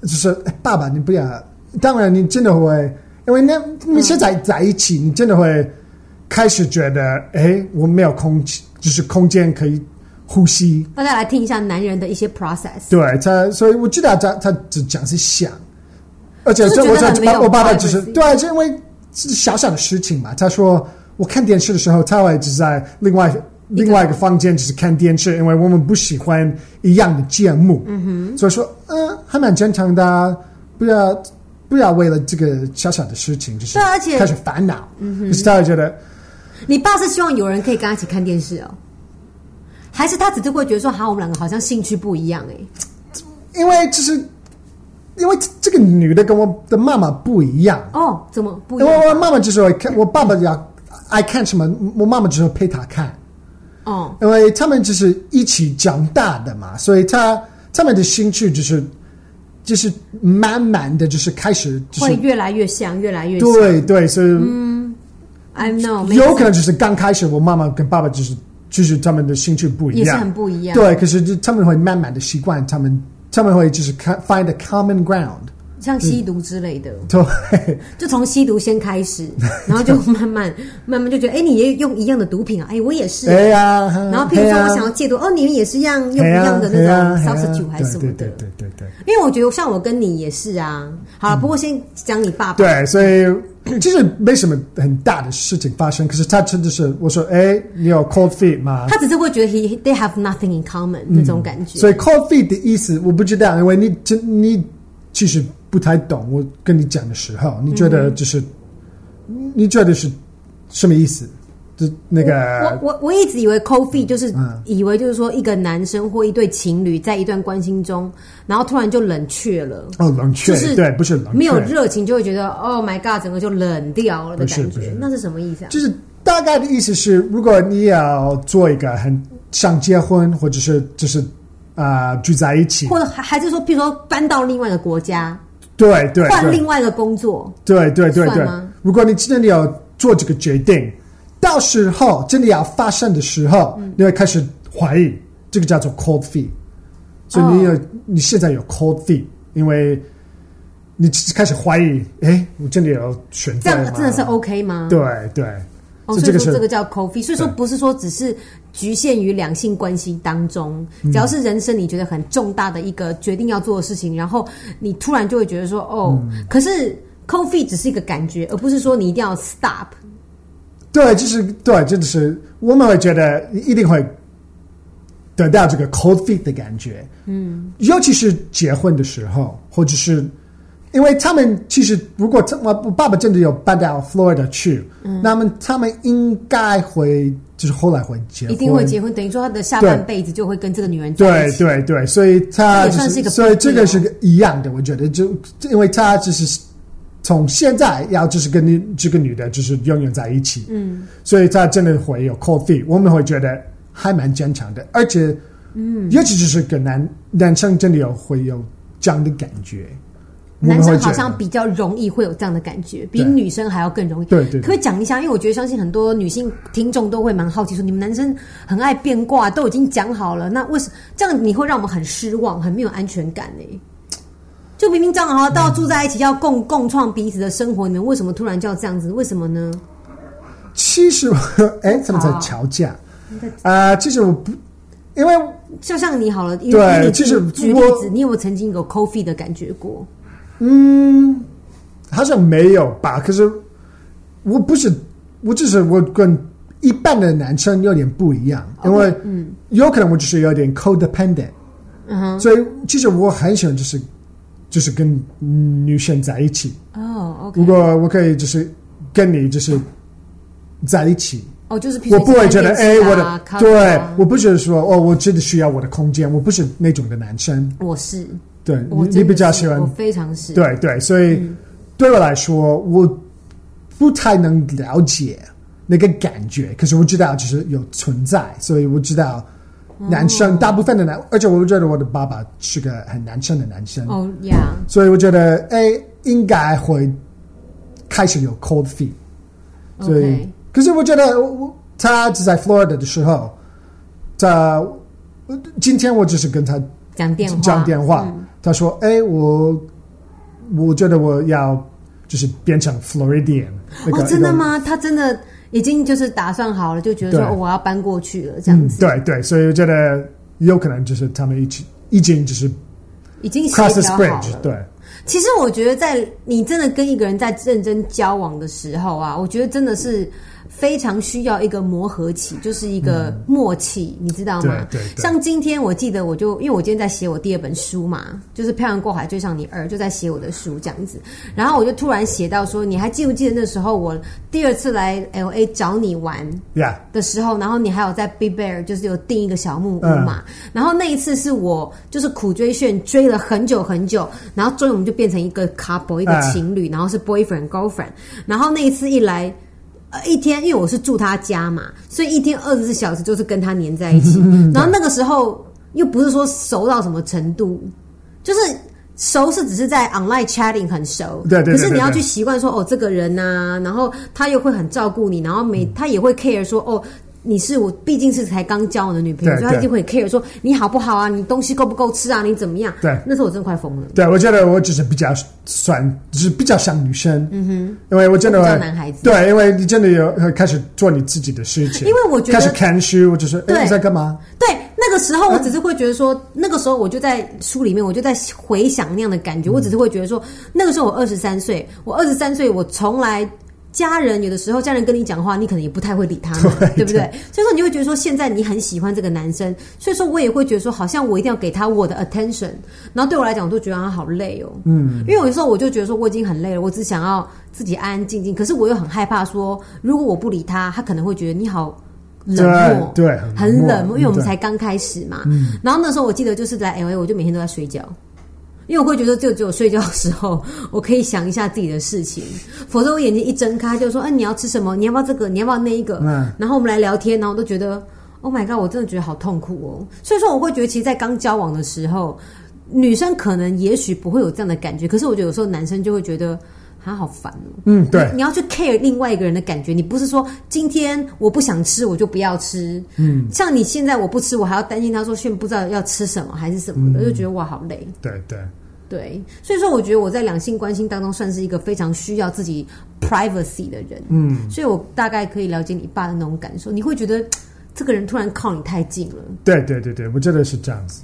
B: 就是哎爸 "Eh, 爸，你不要。当然，你真的会，因为那你们现在在一起，你真的会开始觉得，哎，我没有空气，就是空间可以呼吸。
A: 大家来听一下男人的一些 process。
B: 对他，所以我知道他他只讲是想，而且
A: 就是
B: 这我
A: 觉得
B: 这
A: 很没
B: 爸
A: 有
B: 我爸爸只是
A: privacy
B: 对，啊是因为是小小的事情嘛。他说我看电视的时候，他会只在另外另外一个房间只是看电视，因为我们不喜欢一样的节目。嗯哼，所以说嗯、呃还蛮正常的啊、不要不要为了这个小小的事情就是
A: 对而且
B: 开始烦恼。嗯哼，可是他会觉得
A: 你爸是希望有人可以跟他一起看电视哦，还是他只是会觉得说，好，我们两个好像兴趣不一样哎、
B: 因为就是因为这这个女的跟我的妈妈不一样。
A: 哦，怎么不一
B: 因为我
A: 样？
B: 妈妈就是会看，我爸爸要爱看什么，我妈妈只会陪他看，
A: 哦，
B: 因为他们就是一起长大的嘛，所以他他们的兴趣就是就是慢慢的就是开始就
A: 会
B: 是
A: 越来越像，越来越像。
B: 对对，所以
A: I know，没
B: 有
A: 错
B: 可能就是刚开始我妈妈跟爸爸就是就是他们的兴趣不一
A: 也是
B: 样，
A: 很不一样。
B: 对，可是就他们会慢慢的习惯，他们他们会就是 co- find a common ground，
A: 像吸毒之类的，
B: 对。
A: 就从吸毒先开始，
B: 嗯
A: 然后就慢慢 慢慢就觉得，哎、你也用一样的毒品啊，哎、我也是。
B: 哎呀，
A: 然后，譬如
B: 哎
A: 说
B: 呀
A: 我想要戒毒，哦，你们也是一样用一
B: 哎呀
A: 样的那
B: 哎呀
A: 种
B: 哎呀
A: substitute 还是什么
B: 对
A: 的
B: 对。对对对对。
A: 因为我觉得像我跟你也是啊。好了，不过先讲你爸爸。
B: 嗯对，所以其实没什么很大的事情发生，可是他真的是我说，哎，你有 cold feet 吗？
A: 他只是会觉得 he they have nothing in common 那种感觉。
B: 嗯所以 cold feet 的意思我不知道，因为你真你其实不太懂。我跟你讲的时候，你觉得就是、你觉得是什么意思？就那
A: 我
B: 个
A: 我我一直以为 coffee 就是
B: 嗯
A: 以为就是说一个男生或一对情侣在一段关心中，然后突然就冷却了，
B: 哦，冷却、
A: 就是
B: 对，不是冷却，
A: 没有热情就会觉得 Oh my God，整个就冷掉了的感
B: 不是不
A: 觉
B: 是。
A: 那是什么意思啊？
B: 就是大概的意思是，如果你要做一个很想结婚，或者是就是啊、呃聚在一起，
A: 或者还还是说，譬如说搬到另外一个国家，
B: 对对
A: 换
B: 对
A: 另外一个工作，
B: 对对对
A: 算
B: 对
A: 吗，
B: 如果你真的要做这个决定，到时候真的要发生的时候，
A: 嗯
B: 你会开始怀疑，这个叫做 cold feet。所以你
A: 哦
B: 有、你现在有 cold feet，因为你开始怀疑，哎，我真的有选
A: 这
B: 择
A: 样
B: 吗
A: 真的是 OK 吗？
B: 对对，
A: 哦，
B: 所以
A: 所以
B: 个
A: 说
B: 是
A: 这个叫 coffee，所以说
B: 对
A: 不是说只是局限于两性关系当中，
B: 嗯
A: 只要是人生你觉得很重大的一个决定要做的事情，然后你突然就会觉得说，哦，
B: 嗯
A: 可是 coffee 只是一个感觉，而不是说你一定要 stop。
B: 对，就是对，这就是我们会觉得一定会得到这个 cold feet 的感觉。嗯，尤其是结婚的时候，或者是因为他们其实如果他我我爸爸真的有搬到 Florida 去，
A: 嗯
B: 那么他们应该会就是后来会结婚，
A: 一定会结婚，等于说他的下半辈子就会跟这个女人在一
B: 对
A: 起。
B: 对对，所以他、
A: 这也
B: 就
A: 算是一个
B: 所以这
A: 不一样
B: 个是个一样的，我觉得就因为他就是从现在要就是跟你这个女的就是永远在一起，嗯，所以他真的会有 cold feet，我们会觉得还蛮正常的，而且嗯，尤其就是跟男男生真的有会有这样的感觉，我们
A: 男
B: 会
A: 生
B: 觉
A: 好
B: 得
A: 像比较容易会有这样的感觉，比
B: 对
A: 女生还要更容易。
B: 对对对
A: 可不可以讲一下？因为我觉得相信很多女性听众都会蛮好奇，说你们男生很爱变卦，都已经讲好了，那为什这样你会让我们很失望，很没有安全感呢、就明明讲好到住在一起要共共创彼此的生活，你们为什么突然就要这样子？为什么呢？
B: 其实我 哎他们在
A: 好
B: 吵架啊、其实我不因为
A: 就像你好了，以
B: 对
A: 以你
B: 就是
A: 举举例
B: 我
A: 子，你有没有曾经有 coffee 的感觉过？
B: 嗯，好像没有吧？可是我不是，我只是我跟一般的男生有点不一样，
A: 哦
B: 因为有可能我就是有点 codependent，、
A: 嗯哼，
B: 所以其实我很喜欢就是就是跟女生在一起。
A: 哦
B: 如
A: ，OK，
B: 果我可以就是跟你就是在一起，
A: 哦，就是平时
B: 我不会
A: 看
B: 觉得哎、
A: 电视啊
B: 我的
A: 看
B: 对
A: 啊，
B: 我不觉得说哦，我真的需要我的空间，我不是那种的男生。
A: 我是，
B: 对，
A: 我
B: 你
A: 真的
B: 你比较
A: 是
B: 喜欢
A: 我非常是，
B: 对对，所以、
A: 嗯
B: 对我来说，我不太能了解那个感觉，可是我知道就是有存在，所以我知道男生、大部分的男，而且我觉得我的爸爸是个很男生的男生，
A: 哦呀，
B: 所以我觉得哎，应该会开始有 cold feet。所以
A: OK
B: 可是我觉得我我他只在 Florida 的时候，他我今天我只是跟他
A: 讲电话，
B: 讲电话，
A: 嗯
B: 他说：“哎，我我觉得我要就是变成 Floridian 那个、
A: 哦，真的
B: 那个？
A: 吗？他真的已经就是打算好了，就觉得说、
B: 对
A: 哦、我要搬过去了，这样
B: 嗯
A: 子，
B: 对对，所以我觉得有可能就是他们一起已经就是
A: 已经协
B: cross the
A: 调好
B: bridge，
A: 了。
B: 对，
A: 其实我觉得，在你真的跟一个人在认真交往的时候啊，我觉得真的是非常需要一个磨合期，就是一个默契，你知道吗？
B: 嗯对对对
A: 像今天我记得，我就因为我今天在写我第二本书嘛，就是《漂洋过海追上你二》，就在写我的书这样子。然后我就突然写到说，你还记不记得那时候我第二次来 L A 找你玩？
B: ，Yeah，
A: 的时候，然后你还有在 Big Bear 就是有订一个小木屋嘛，
B: 嗯
A: 然后那一次是我就是苦追炫追了很久很久，然后终于我们就变成一个 couple 一个
B: 嗯
A: 情侣，然后是 boyfriend girlfriend，然后那一次一来。呃，一天，因为我是住他家嘛，所以一天二十四小时就是跟他黏在一起。
B: 嗯
A: 然后那个时候又不是说熟到什么程度，就是熟是只是在 online chatting 很熟，
B: 对对
A: 可
B: 对
A: 是你要
B: 对对
A: 去习惯说哦，这个人呐、然后他又会很照顾你，然后
B: 嗯
A: 每他也会 care 说哦。你是我，毕竟是才刚交往的女朋友，
B: 对
A: 所以他一定会 care 说你好不好啊，你东西够不够吃啊，你怎么样？
B: 对
A: 那时候我真的快疯了，
B: 对我觉得我只是比较算，就是比较像女生，嗯哼，因为我真的
A: 比较男孩子
B: 对，因为你真的有开始做你自己的事情，
A: 因为我觉得
B: 开始看书，我就是哎
A: 对
B: 你在干嘛？
A: 对，那个时候我只是会觉得说，那个时候我就在书里面，我就在回想那样的感觉。我只是会觉得说，那个时候我二十三岁，我二十三岁，我从来家人有的时候家人跟你讲话，你可能也不太会理他们，
B: 对
A: 对不对？所以说你会觉得说，现在你很喜欢这个男生，所以说我也会觉得说，好像我一定要给他我的 attention。然后对我来讲，我都觉得他好累哦，嗯，因为有的时候我就觉得说我已经很累了，我只想要自己安安静静，可是我又很害怕说，如果我不理他，他可能会觉得你好。冷漠，
B: 对对很
A: 很
B: 冷漠
A: 冷漠，因为我们
B: 对嗯
A: 才刚开始嘛。然后那时候我记得就是在 L A，我就每天都在睡觉，因为我会觉得就只有睡觉的时候， 我可以想一下自己的事情，否则我眼睛一睁开就说：“哎、你要吃什么？你要不要这个？你要不要那一个？”
B: 嗯
A: 然后我们来聊天，然后我都觉得 “Oh my god”，我真的觉得好痛苦哦。所以说，我会觉得其实，在刚交往的时候，女生可能也许不会有这样的感觉，可是我觉得有时候男生就会觉得。啊，好烦哦！
B: 嗯，对
A: 你，你要去 care 另外一个人的感觉，你不是说今天我不想吃我就不要吃，嗯，像你现在我不吃，我还要担心他说炫不知道要吃什么还是什么的，就觉得哇好累，
B: 对对。
A: 对，所以说我觉得我在两性关系当中算是一个非常需要自己 privacy 的人，嗯，所以我大概可以了解你爸的那种感受，你会觉得嘖这个人突然靠你太近了，
B: 对对对对，我觉得是这样子。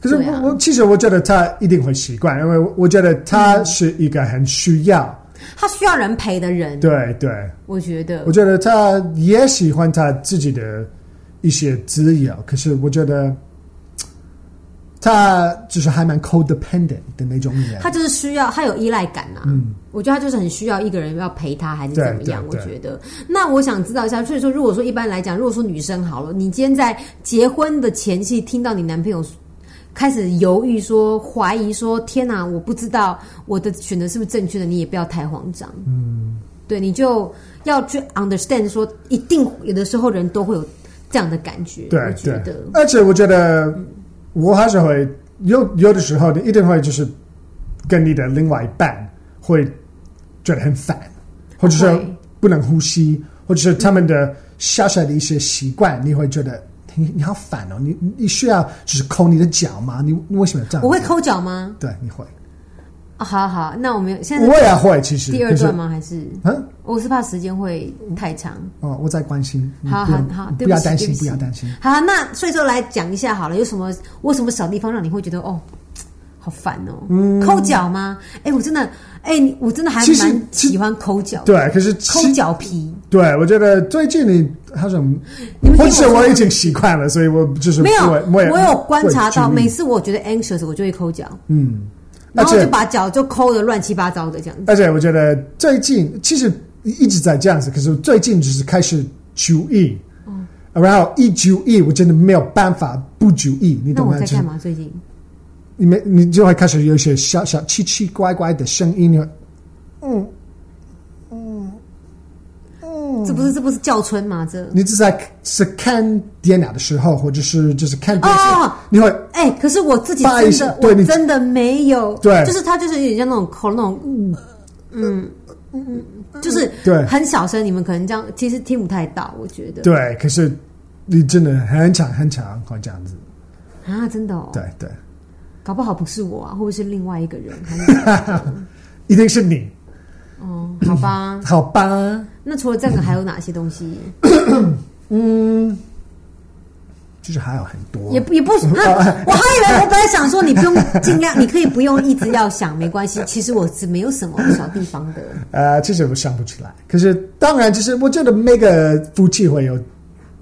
B: 可是我、
A: 对啊
B: 我其实我觉得他一定会习惯，因为我我觉得他是一个很需要，
A: 他需要人陪的人，
B: 对对，
A: 我觉得
B: 我觉得他也喜欢他自己的一些自由，可是我觉得他就是还蛮 codependent 的那种人
A: 他。就是需要，他有依赖感啊。
B: 嗯
A: 我觉得他就是很需要一个人要陪他，还是怎么样？我
B: 对对对
A: 觉得。那我想知道一下，所以说，如果说一般来讲，如果说女生好了，你今天在结婚的前夕听到你男朋友开始犹豫说、怀疑说，天哪，我不知道我的选择是不是正确的，你也不要太慌张。嗯，对，你就要去 understand 说，一定有的时候人都会有这样的感觉。
B: 对
A: 我觉得
B: 对，而且我觉得我还是会有有的时候，你一定会就是跟你的另外一半会觉得很烦，或者是
A: 会
B: 不能呼吸，或者是他们的小小的一些习惯，你会觉得你你好烦哦，你你需要就是抠你的脚吗？你你为什么要这样？
A: 我会，抠脚吗？
B: 对，你会，
A: 啊好好，那我们现在
B: 我也会，其实
A: 第二
B: 可是
A: 段吗？还是
B: 嗯。
A: 我是怕时间会太长。
B: 哦，我在关心，你
A: 好
B: 不
A: 好
B: 用
A: 好，
B: 不
A: 对不
B: 要
A: 起，
B: 担
A: 对
B: 心，
A: 不
B: 不
A: 起
B: 要担心。。
A: 好，那所以说来讲一下好了，有什么我什么小地方让你会觉得哦，好烦哦。抠脚吗？哎，我真的，哎，你我真的还
B: 嗯其实
A: 蛮
B: 其
A: 喜欢抠脚，
B: 对，可是
A: 抠
B: 其
A: 脚皮。
B: 对，我觉得最近你好像，
A: 你们听我
B: 或者
A: 说
B: 我已经习惯了，所以我就是
A: 没有
B: 不会，我也
A: 我有观察到，
B: 没
A: 每次我觉得 anxious，我就会抠脚，
B: 嗯，而
A: 然后就
B: 且
A: 把脚就抠的乱七八糟的这样子。
B: 而且我觉得最近其实一直在这样子，可是最近就是开始注意，
A: 嗯
B: 然后一注意，我真的没有办法不注意，你
A: 那
B: 懂
A: 我
B: 吗？
A: 在
B: 就是
A: 干嘛？最近
B: 你们你就会开始有一些小小奇奇怪怪的声音，你会嗯
A: 这不是这不是叫春吗？这
B: 你只在是看电脑的时候，或者是就是看电视，
A: 哦
B: 你会
A: 哎、可是我自己
B: 不好意
A: 真
B: 思
A: 的，
B: 对
A: 我
B: 你
A: 真的没有，
B: 对
A: 就是他就是有点像那种抠那种，嗯嗯，就是
B: 对
A: 很小声，你们可能这样其实听不太到，我觉得
B: 对，可是你真的很长很长会这样子，
A: 啊，真的哦，
B: 对对，
A: 搞不好不是我啊，会不会是另外一个人？还 是
B: 一定是你，
A: 哦，好吧，
B: 好吧？
A: 那除了这个还有哪些东 西？
B: 就是还有很多
A: 也，不也不， 啊、我还以为我本来想说你不用尽量，你可以不用一直要想，没关系。其实我是没有什么小地方的，
B: 呃，其实我想不出来。可是当然，就是我觉得每个夫妻会有，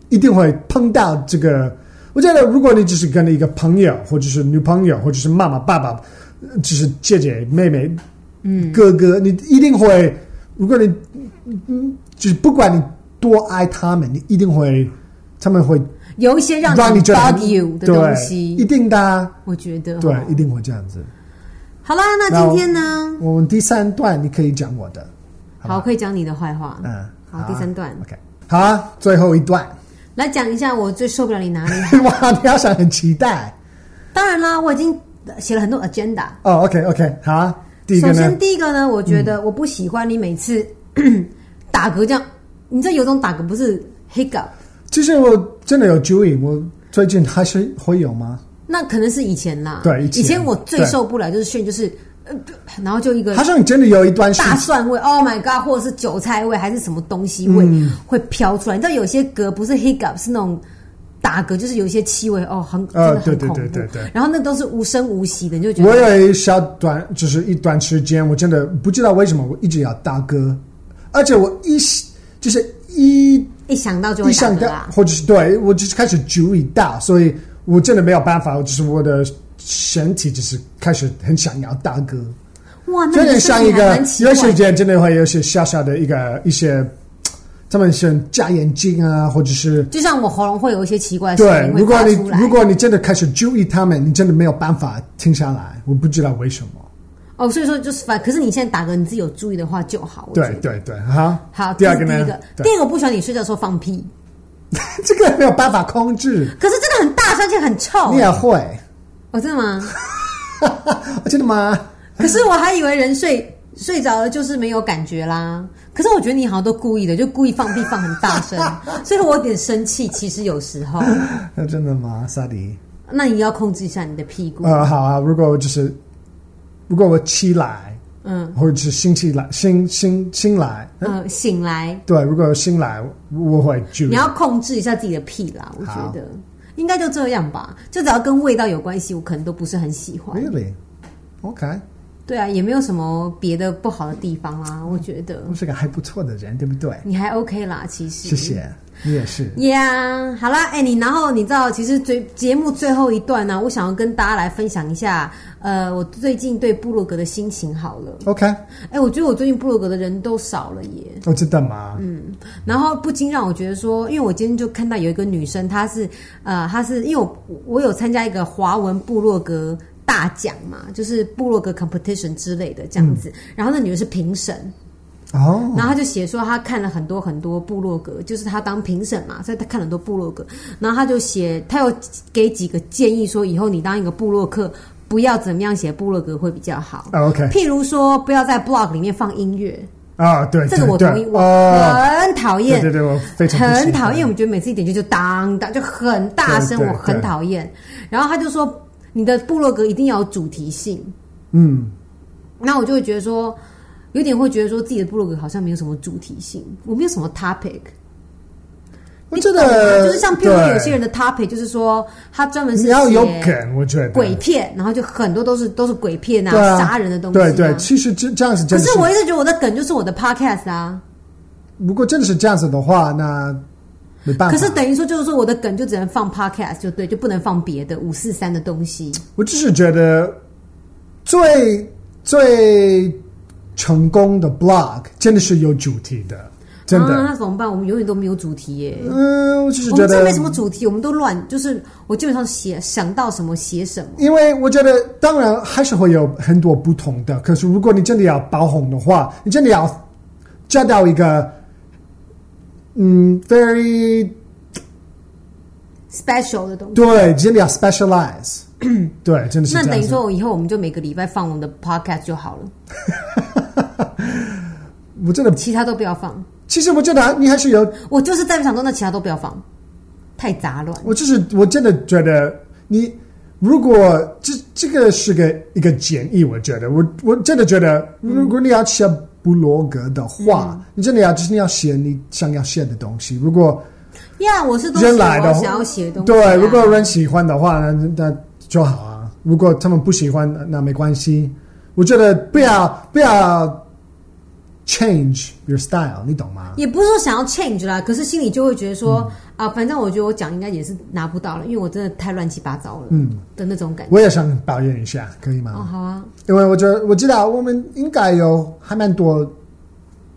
B: 一定会碰到这个。我觉得如果你只是跟一个朋友，或者是女朋友，或者是妈妈、爸爸，呃就是姐姐、妹妹，嗯，哥哥，你一定会，如果你，嗯，就是不管你多爱他们，你一定会，他们会
A: 有一些让
B: 让
A: 你
B: 你觉
A: bug
B: 得
A: you 的
B: 对
A: 东
B: 一
A: 西，
B: 定的啊，
A: 我觉得
B: 对
A: 哦，
B: 一定会这样子。
A: 好啦，那今天呢？
B: 我们第三段你可以讲我的，
A: 好，可以讲你的坏话。
B: 嗯，
A: 好，第三段
B: ，OK，好啊，最后一段。
A: 来讲一下我最受不了你哪里。
B: 哇，你好像很期待
A: 当然啦，我已经写了很多 agenda。
B: 哦。OK OK，好啊，第一个
A: 首
B: 呢嗯
A: 先，第一个呢，我觉得我不喜欢你每次 打嗝这样，你这有种打嗝不是 hiccup，
B: 就是我真的有注意，我最近还是会有吗？
A: 那可能是以前啦。
B: 对以前
A: 我最受不了就是炫，就是呃，然后就一个
B: 好像真的有一段时
A: 大
B: 间，
A: 蒜味，Oh my god，或者是韭菜味，还是什么东西味、
B: 嗯
A: 会飘出来。你知道有些嗝不是 hiccup，是那种打嗝，就是有一些气味哦，很真
B: 呃
A: 的很
B: 对对
A: 恐怖。
B: 对对对
A: 然后那都是无声无息的，你就觉
B: 我
A: 得
B: 有一小段，就是一段时间，我真的不知道为什么我一直要大哥，而且我一就是一
A: 一想到就
B: 一
A: 会打
B: 想
A: 嗝啊
B: 到，
A: 啦。
B: 或者是对我就是开始注意到，所以我真的没有办法，我就是我的身体就是开始很想要大哥。
A: 哇，那
B: 有
A: 你
B: 点
A: 身
B: 像
A: 体
B: 一
A: 还
B: 个
A: 蛮，奇
B: 有
A: 怪
B: 时
A: 的。
B: 间真的会有一些小小的一个一些，他们像假眼镜啊，或者是
A: 就像我喉咙会有一些奇怪的
B: 对
A: 声，音
B: 如
A: 会
B: 果
A: 发
B: 你
A: 出来。
B: 如果你真的开始注意他们，你真的没有办法停下来，我不知道为什么。
A: 哦，所以说就是反，可是你现在打嗝，你自己有注意的话就好。我觉
B: 对
A: 得
B: 对对，好，
A: 好，
B: 第
A: 这
B: 二
A: 是
B: 个
A: 第一
B: 呢
A: 个，，
B: 对
A: 第二个我不喜欢你睡觉的时候放屁，
B: 这个没有办法控制，
A: 可是真的很大声，而且很臭
B: 你。也会，哦
A: 哦，真的吗？
B: 真的吗？
A: 可是我还以为人睡睡着了就是没有感觉啦。可是我觉得你好像都故意的，就故意放屁放很大声， 所以我有点生气。其实有时候，
B: 哦真的吗，萨迪？
A: 那你要控制一下你的屁股。
B: 呃，好啊，如果我就是如果我起来，
A: 嗯
B: 或者是新起来，新新新来，
A: 嗯、呃醒来
B: 对，如果我新来，我我会注意。
A: 你要控制一下自己的屁啦。我觉得应该就这样吧，就只要跟味道有关系，我可能都不是很喜欢。
B: Really? OK，
A: 对啊，也没有什么别的不好的地方啦。我觉得
B: 我是个还不错的人，对不对？
A: 你还 OK 啦，其实
B: 谢谢，你也是。
A: 呀好啦，哎、你然后你知道，其实最节目最后一段呢、我想要跟大家来分享一下，呃，我最近对部落格的心情好了。
B: OK，
A: 哎、我觉得我最近部落格的人都少了耶，
B: 我知道嘛。嗯，
A: 然后不禁让我觉得说，因为我今天就看到有一个女生，她是呃，她是因为我我有参加一个华文部落格大奖嘛，就是部落格 competition 之类的这样子，然后那女人是评审，
B: 哦，
A: 然后他就写说他看了很多很多部落格，就是他当评审嘛，所以他看了很多部落格。然后他就写，他有给几个建议说，以后你当一个部落客，不要怎么样写部落格会比较好。
B: 啊，OK
A: 譬如说，不要在 blog 里面放音乐，
B: 啊，对，
A: 这个我
B: 对
A: 同意，我
B: 哦，
A: 很讨
B: 对
A: 厌。
B: 对对，我非常不喜
A: 很
B: 欢
A: 讨厌，我。们觉得每次一点进去就当当就很大声，
B: 对
A: 我
B: 对
A: 很
B: 对
A: 讨厌。然后他就说，你的部落格一定要有主题性。
B: 嗯，
A: 那我就会觉得说，有点会觉得说自己的部落格好像没有什么主题性，我没有什么 topic。
B: 我觉
A: 你懂吗
B: 得
A: 就是像譬如说
B: 对
A: 有些人的 topic 就是说他专门是
B: 你要有
A: 写
B: 梗，啊我觉得
A: 鬼片，然后就很多都是都是鬼片
B: 对啊，
A: 啊，杀人的东西啊。
B: 对对，其实这这样是
A: 可
B: 真的
A: 是我一直觉得我的梗就是我的 podcast 啊，
B: 如果真的是这样子的话，那没办法。
A: 可是等于说就是说我的梗就只能放 podcast 就对，就不能放别的五四三的东西。
B: 我只是觉得最最成功的 blog 真的是有主题的，真
A: 啊，那
B: 的。
A: 怎么办？我们永远都没有主题耶。
B: 嗯，我只是
A: 我
B: 觉
A: 们真
B: 得
A: 没什么主题，我们都乱，就是我基本上写想到什么写什么。
B: 因为我觉得，当然还是会有很多不同的。可是，如果你真的要爆红的话，你真的要加到一个，嗯，very
A: special 的东西。
B: 对，真的要 specialize，对， 真的是
A: 那
B: 这
A: 等
B: 样
A: 于
B: 子。
A: 说，我以后我们就每个礼拜放我们的 podcast 就好了，
B: 我真的，
A: 其他都不要放。
B: 其实我觉得你还是有，
A: 我就是在想说，那其他都不要放，太杂乱。
B: 我就是我真的觉得你，如果这这个是个一个建议，我觉得我我真的觉得，如果你要写布罗格的话，
A: 嗯
B: 你真的要就是你要写你想要写的东西，如果。
A: 呀、我是都写
B: 人来的
A: 我
B: 话
A: 想要写的东西、啊
B: 对，如果人喜欢的话，那那就好啊。如果他们不喜欢，那那没关系。我觉得不要不要 change your style，你懂吗？
A: 也不是说想要 change 啦，可是心里就会觉得说、
B: 嗯
A: 啊，反正我觉得我讲应该也是拿不到了，因为我真的太乱七八糟了，嗯的那种感觉。
B: 我也想抱怨一下，可以吗？
A: 哦，好啊，
B: 因为我觉得我知道我们应该有还蛮多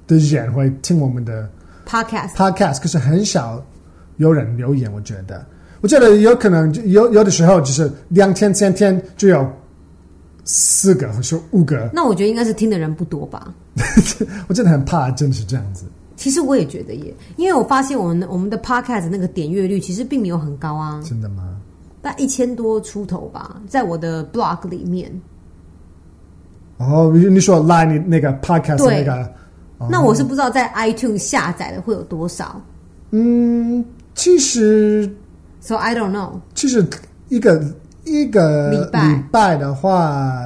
B: 的人会听我们的
A: podcast
B: podcast，可是很少有人留言。我觉得，我觉得有可能就有有的时候就是两天三天就有四个或是五个
A: 那我觉得应该是听的人不多吧。
B: 我真的很怕，真的是这样子。
A: 其实我也觉得耶，因为我发现我们我们的 podcast 那个点阅率其实并没有很高啊。
B: 真的吗？
A: 大概一千多出头吧，在我的 blog 里面。
B: 然后哦你说 Line 那个 Podcast
A: 对
B: 那个，哦
A: 那我是不知道在 iTunes 下载的会有多少
B: 嗯，其实
A: ，so I don't know。
B: 其实一个一个
A: 礼拜
B: 拜的话，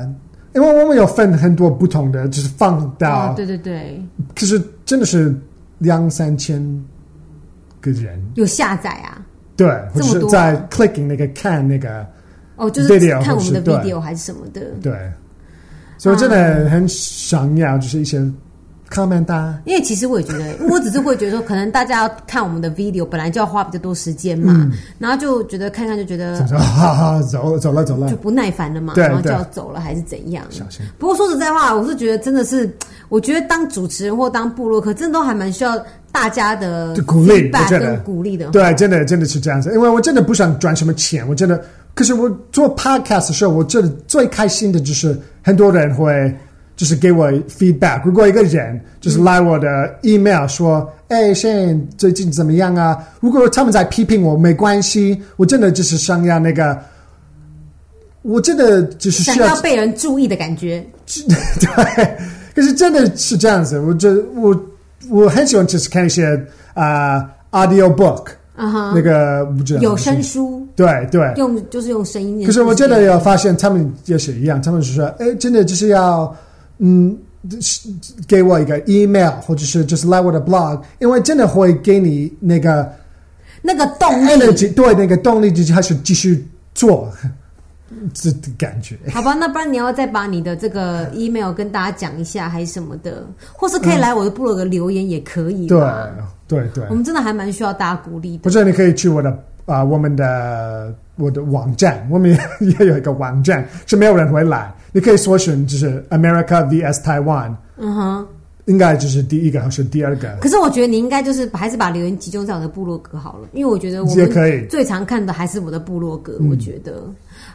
B: 因为我们有分很多不同的，就是放
A: 哦
B: 到，，
A: 对对对，
B: 可是真的是两三千个人，
A: 有下载啊。
B: 对，
A: 这
B: 或
A: 么
B: 者
A: 多啊
B: 是在 clicking 那个看那个，
A: 哦，就是只
B: Video，
A: 看我们的
B: 是对
A: video 还是什么的，
B: 对，所以我真的很想要就是一些 comment 啊，
A: 因为其实我也觉得，我只是会觉得说，可能大家要看我们的 video，本来就要花比较多时间嘛，
B: 嗯
A: 然后就觉得看看就觉得
B: 想说哈哈，走了走了走了
A: 就，不耐烦了嘛，
B: 哦对
A: 然后就
B: 对
A: 要走了还是怎样？
B: 小心。
A: 不过说实在话，我是觉得真的是，我觉得当主持人或当部落客，真的都还蛮需要大家的
B: 就鼓励
A: feedback
B: 我觉得
A: 跟鼓励的。
B: 对，真的真的是这样子，因为我真的不想赚什么钱，我真的。可是我做 podcast 的时候，我真的最开心的就是很多人会就是给我 feedback。如果一个人
A: 嗯
B: 就是来我的 email 说，哎、现在最近怎么样啊？如果他们在批评我，没关系，我真的就是想要那个，我真的就是
A: 想
B: 需要
A: 要被人注意的感觉，
B: 对，可是真的是这样子，我这我我很喜欢就是看一些啊、audio book，、
A: 嗯哼，
B: 那个不知道
A: 有声书
B: 对对。
A: 用就是用声音念。
B: 可是我真的有发现，他们也是一样，他们是说，哎，真的就是要，嗯，是给我一个 email，或者是就是来我的 blog，因为真的会给你那个
A: 那个动力，
B: energy，对那个动力，就是还是继续做，这这感觉。
A: 好吧，那不然你要再把你的这 个 email 跟大家讲一下，还是什么的，或是可以来我的部落格留言也可以。
B: 对，对嗯对
A: 我。们真的还蛮需要大家鼓励
B: 不
A: 的。
B: 是，你可以去我的啊、我们的我的网站，我们也也有一个网站，是没有人会来。你可以搜寻，就是 America vs Taiwan，
A: 嗯哼，
B: 应该就是第一个还是第二个？
A: 可是我觉得你应该就是还是把留言集中在我的部落格好了，因为我觉得我
B: 也可以嗯
A: 们最常看的还是我的部落格。我觉得，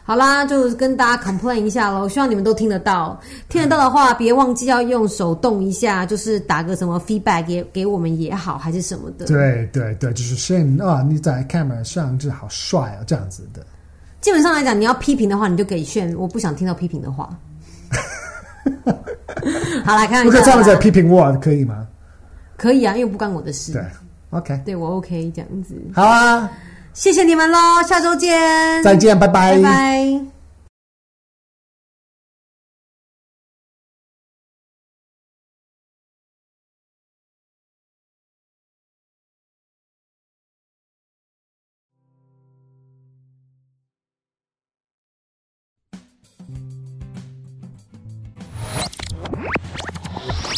A: 好啦，就跟大家 complain 一下喽，希望你们都听得到。听得到的话，别忘记要用手动一下，就是打个什么 feedback 给给我们也好，还是什么的。
B: 对对对，就是先啊，你在 camera 上就好帅哦，这样子的。
A: 基本上来讲，你要批评的话，你就给炫，我不想听到批评的 话。好啦，看
B: 如果他们在
A: 看
B: 批评我，可以吗？
A: 可以啊，因为不关我的事。
B: 对，OK，
A: 对我 OK 这样子，
B: 好啊，
A: 谢谢你们喽，下周见，
B: 再，见，
A: 拜拜。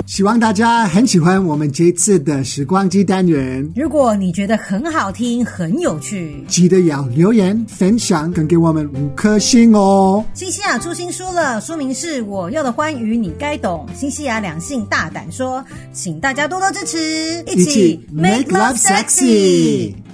B: 希望大家很喜欢我们这次的时光机单元，
A: 如果你觉得很好听、很有趣，
B: 记得要留言、分享，跟给我们五颗星哦。
A: 新西亚出新书了，书名是《我要的欢愉你该懂》，新西亚两性大胆说，请大家多多支持，一
B: 一起 make love sexy。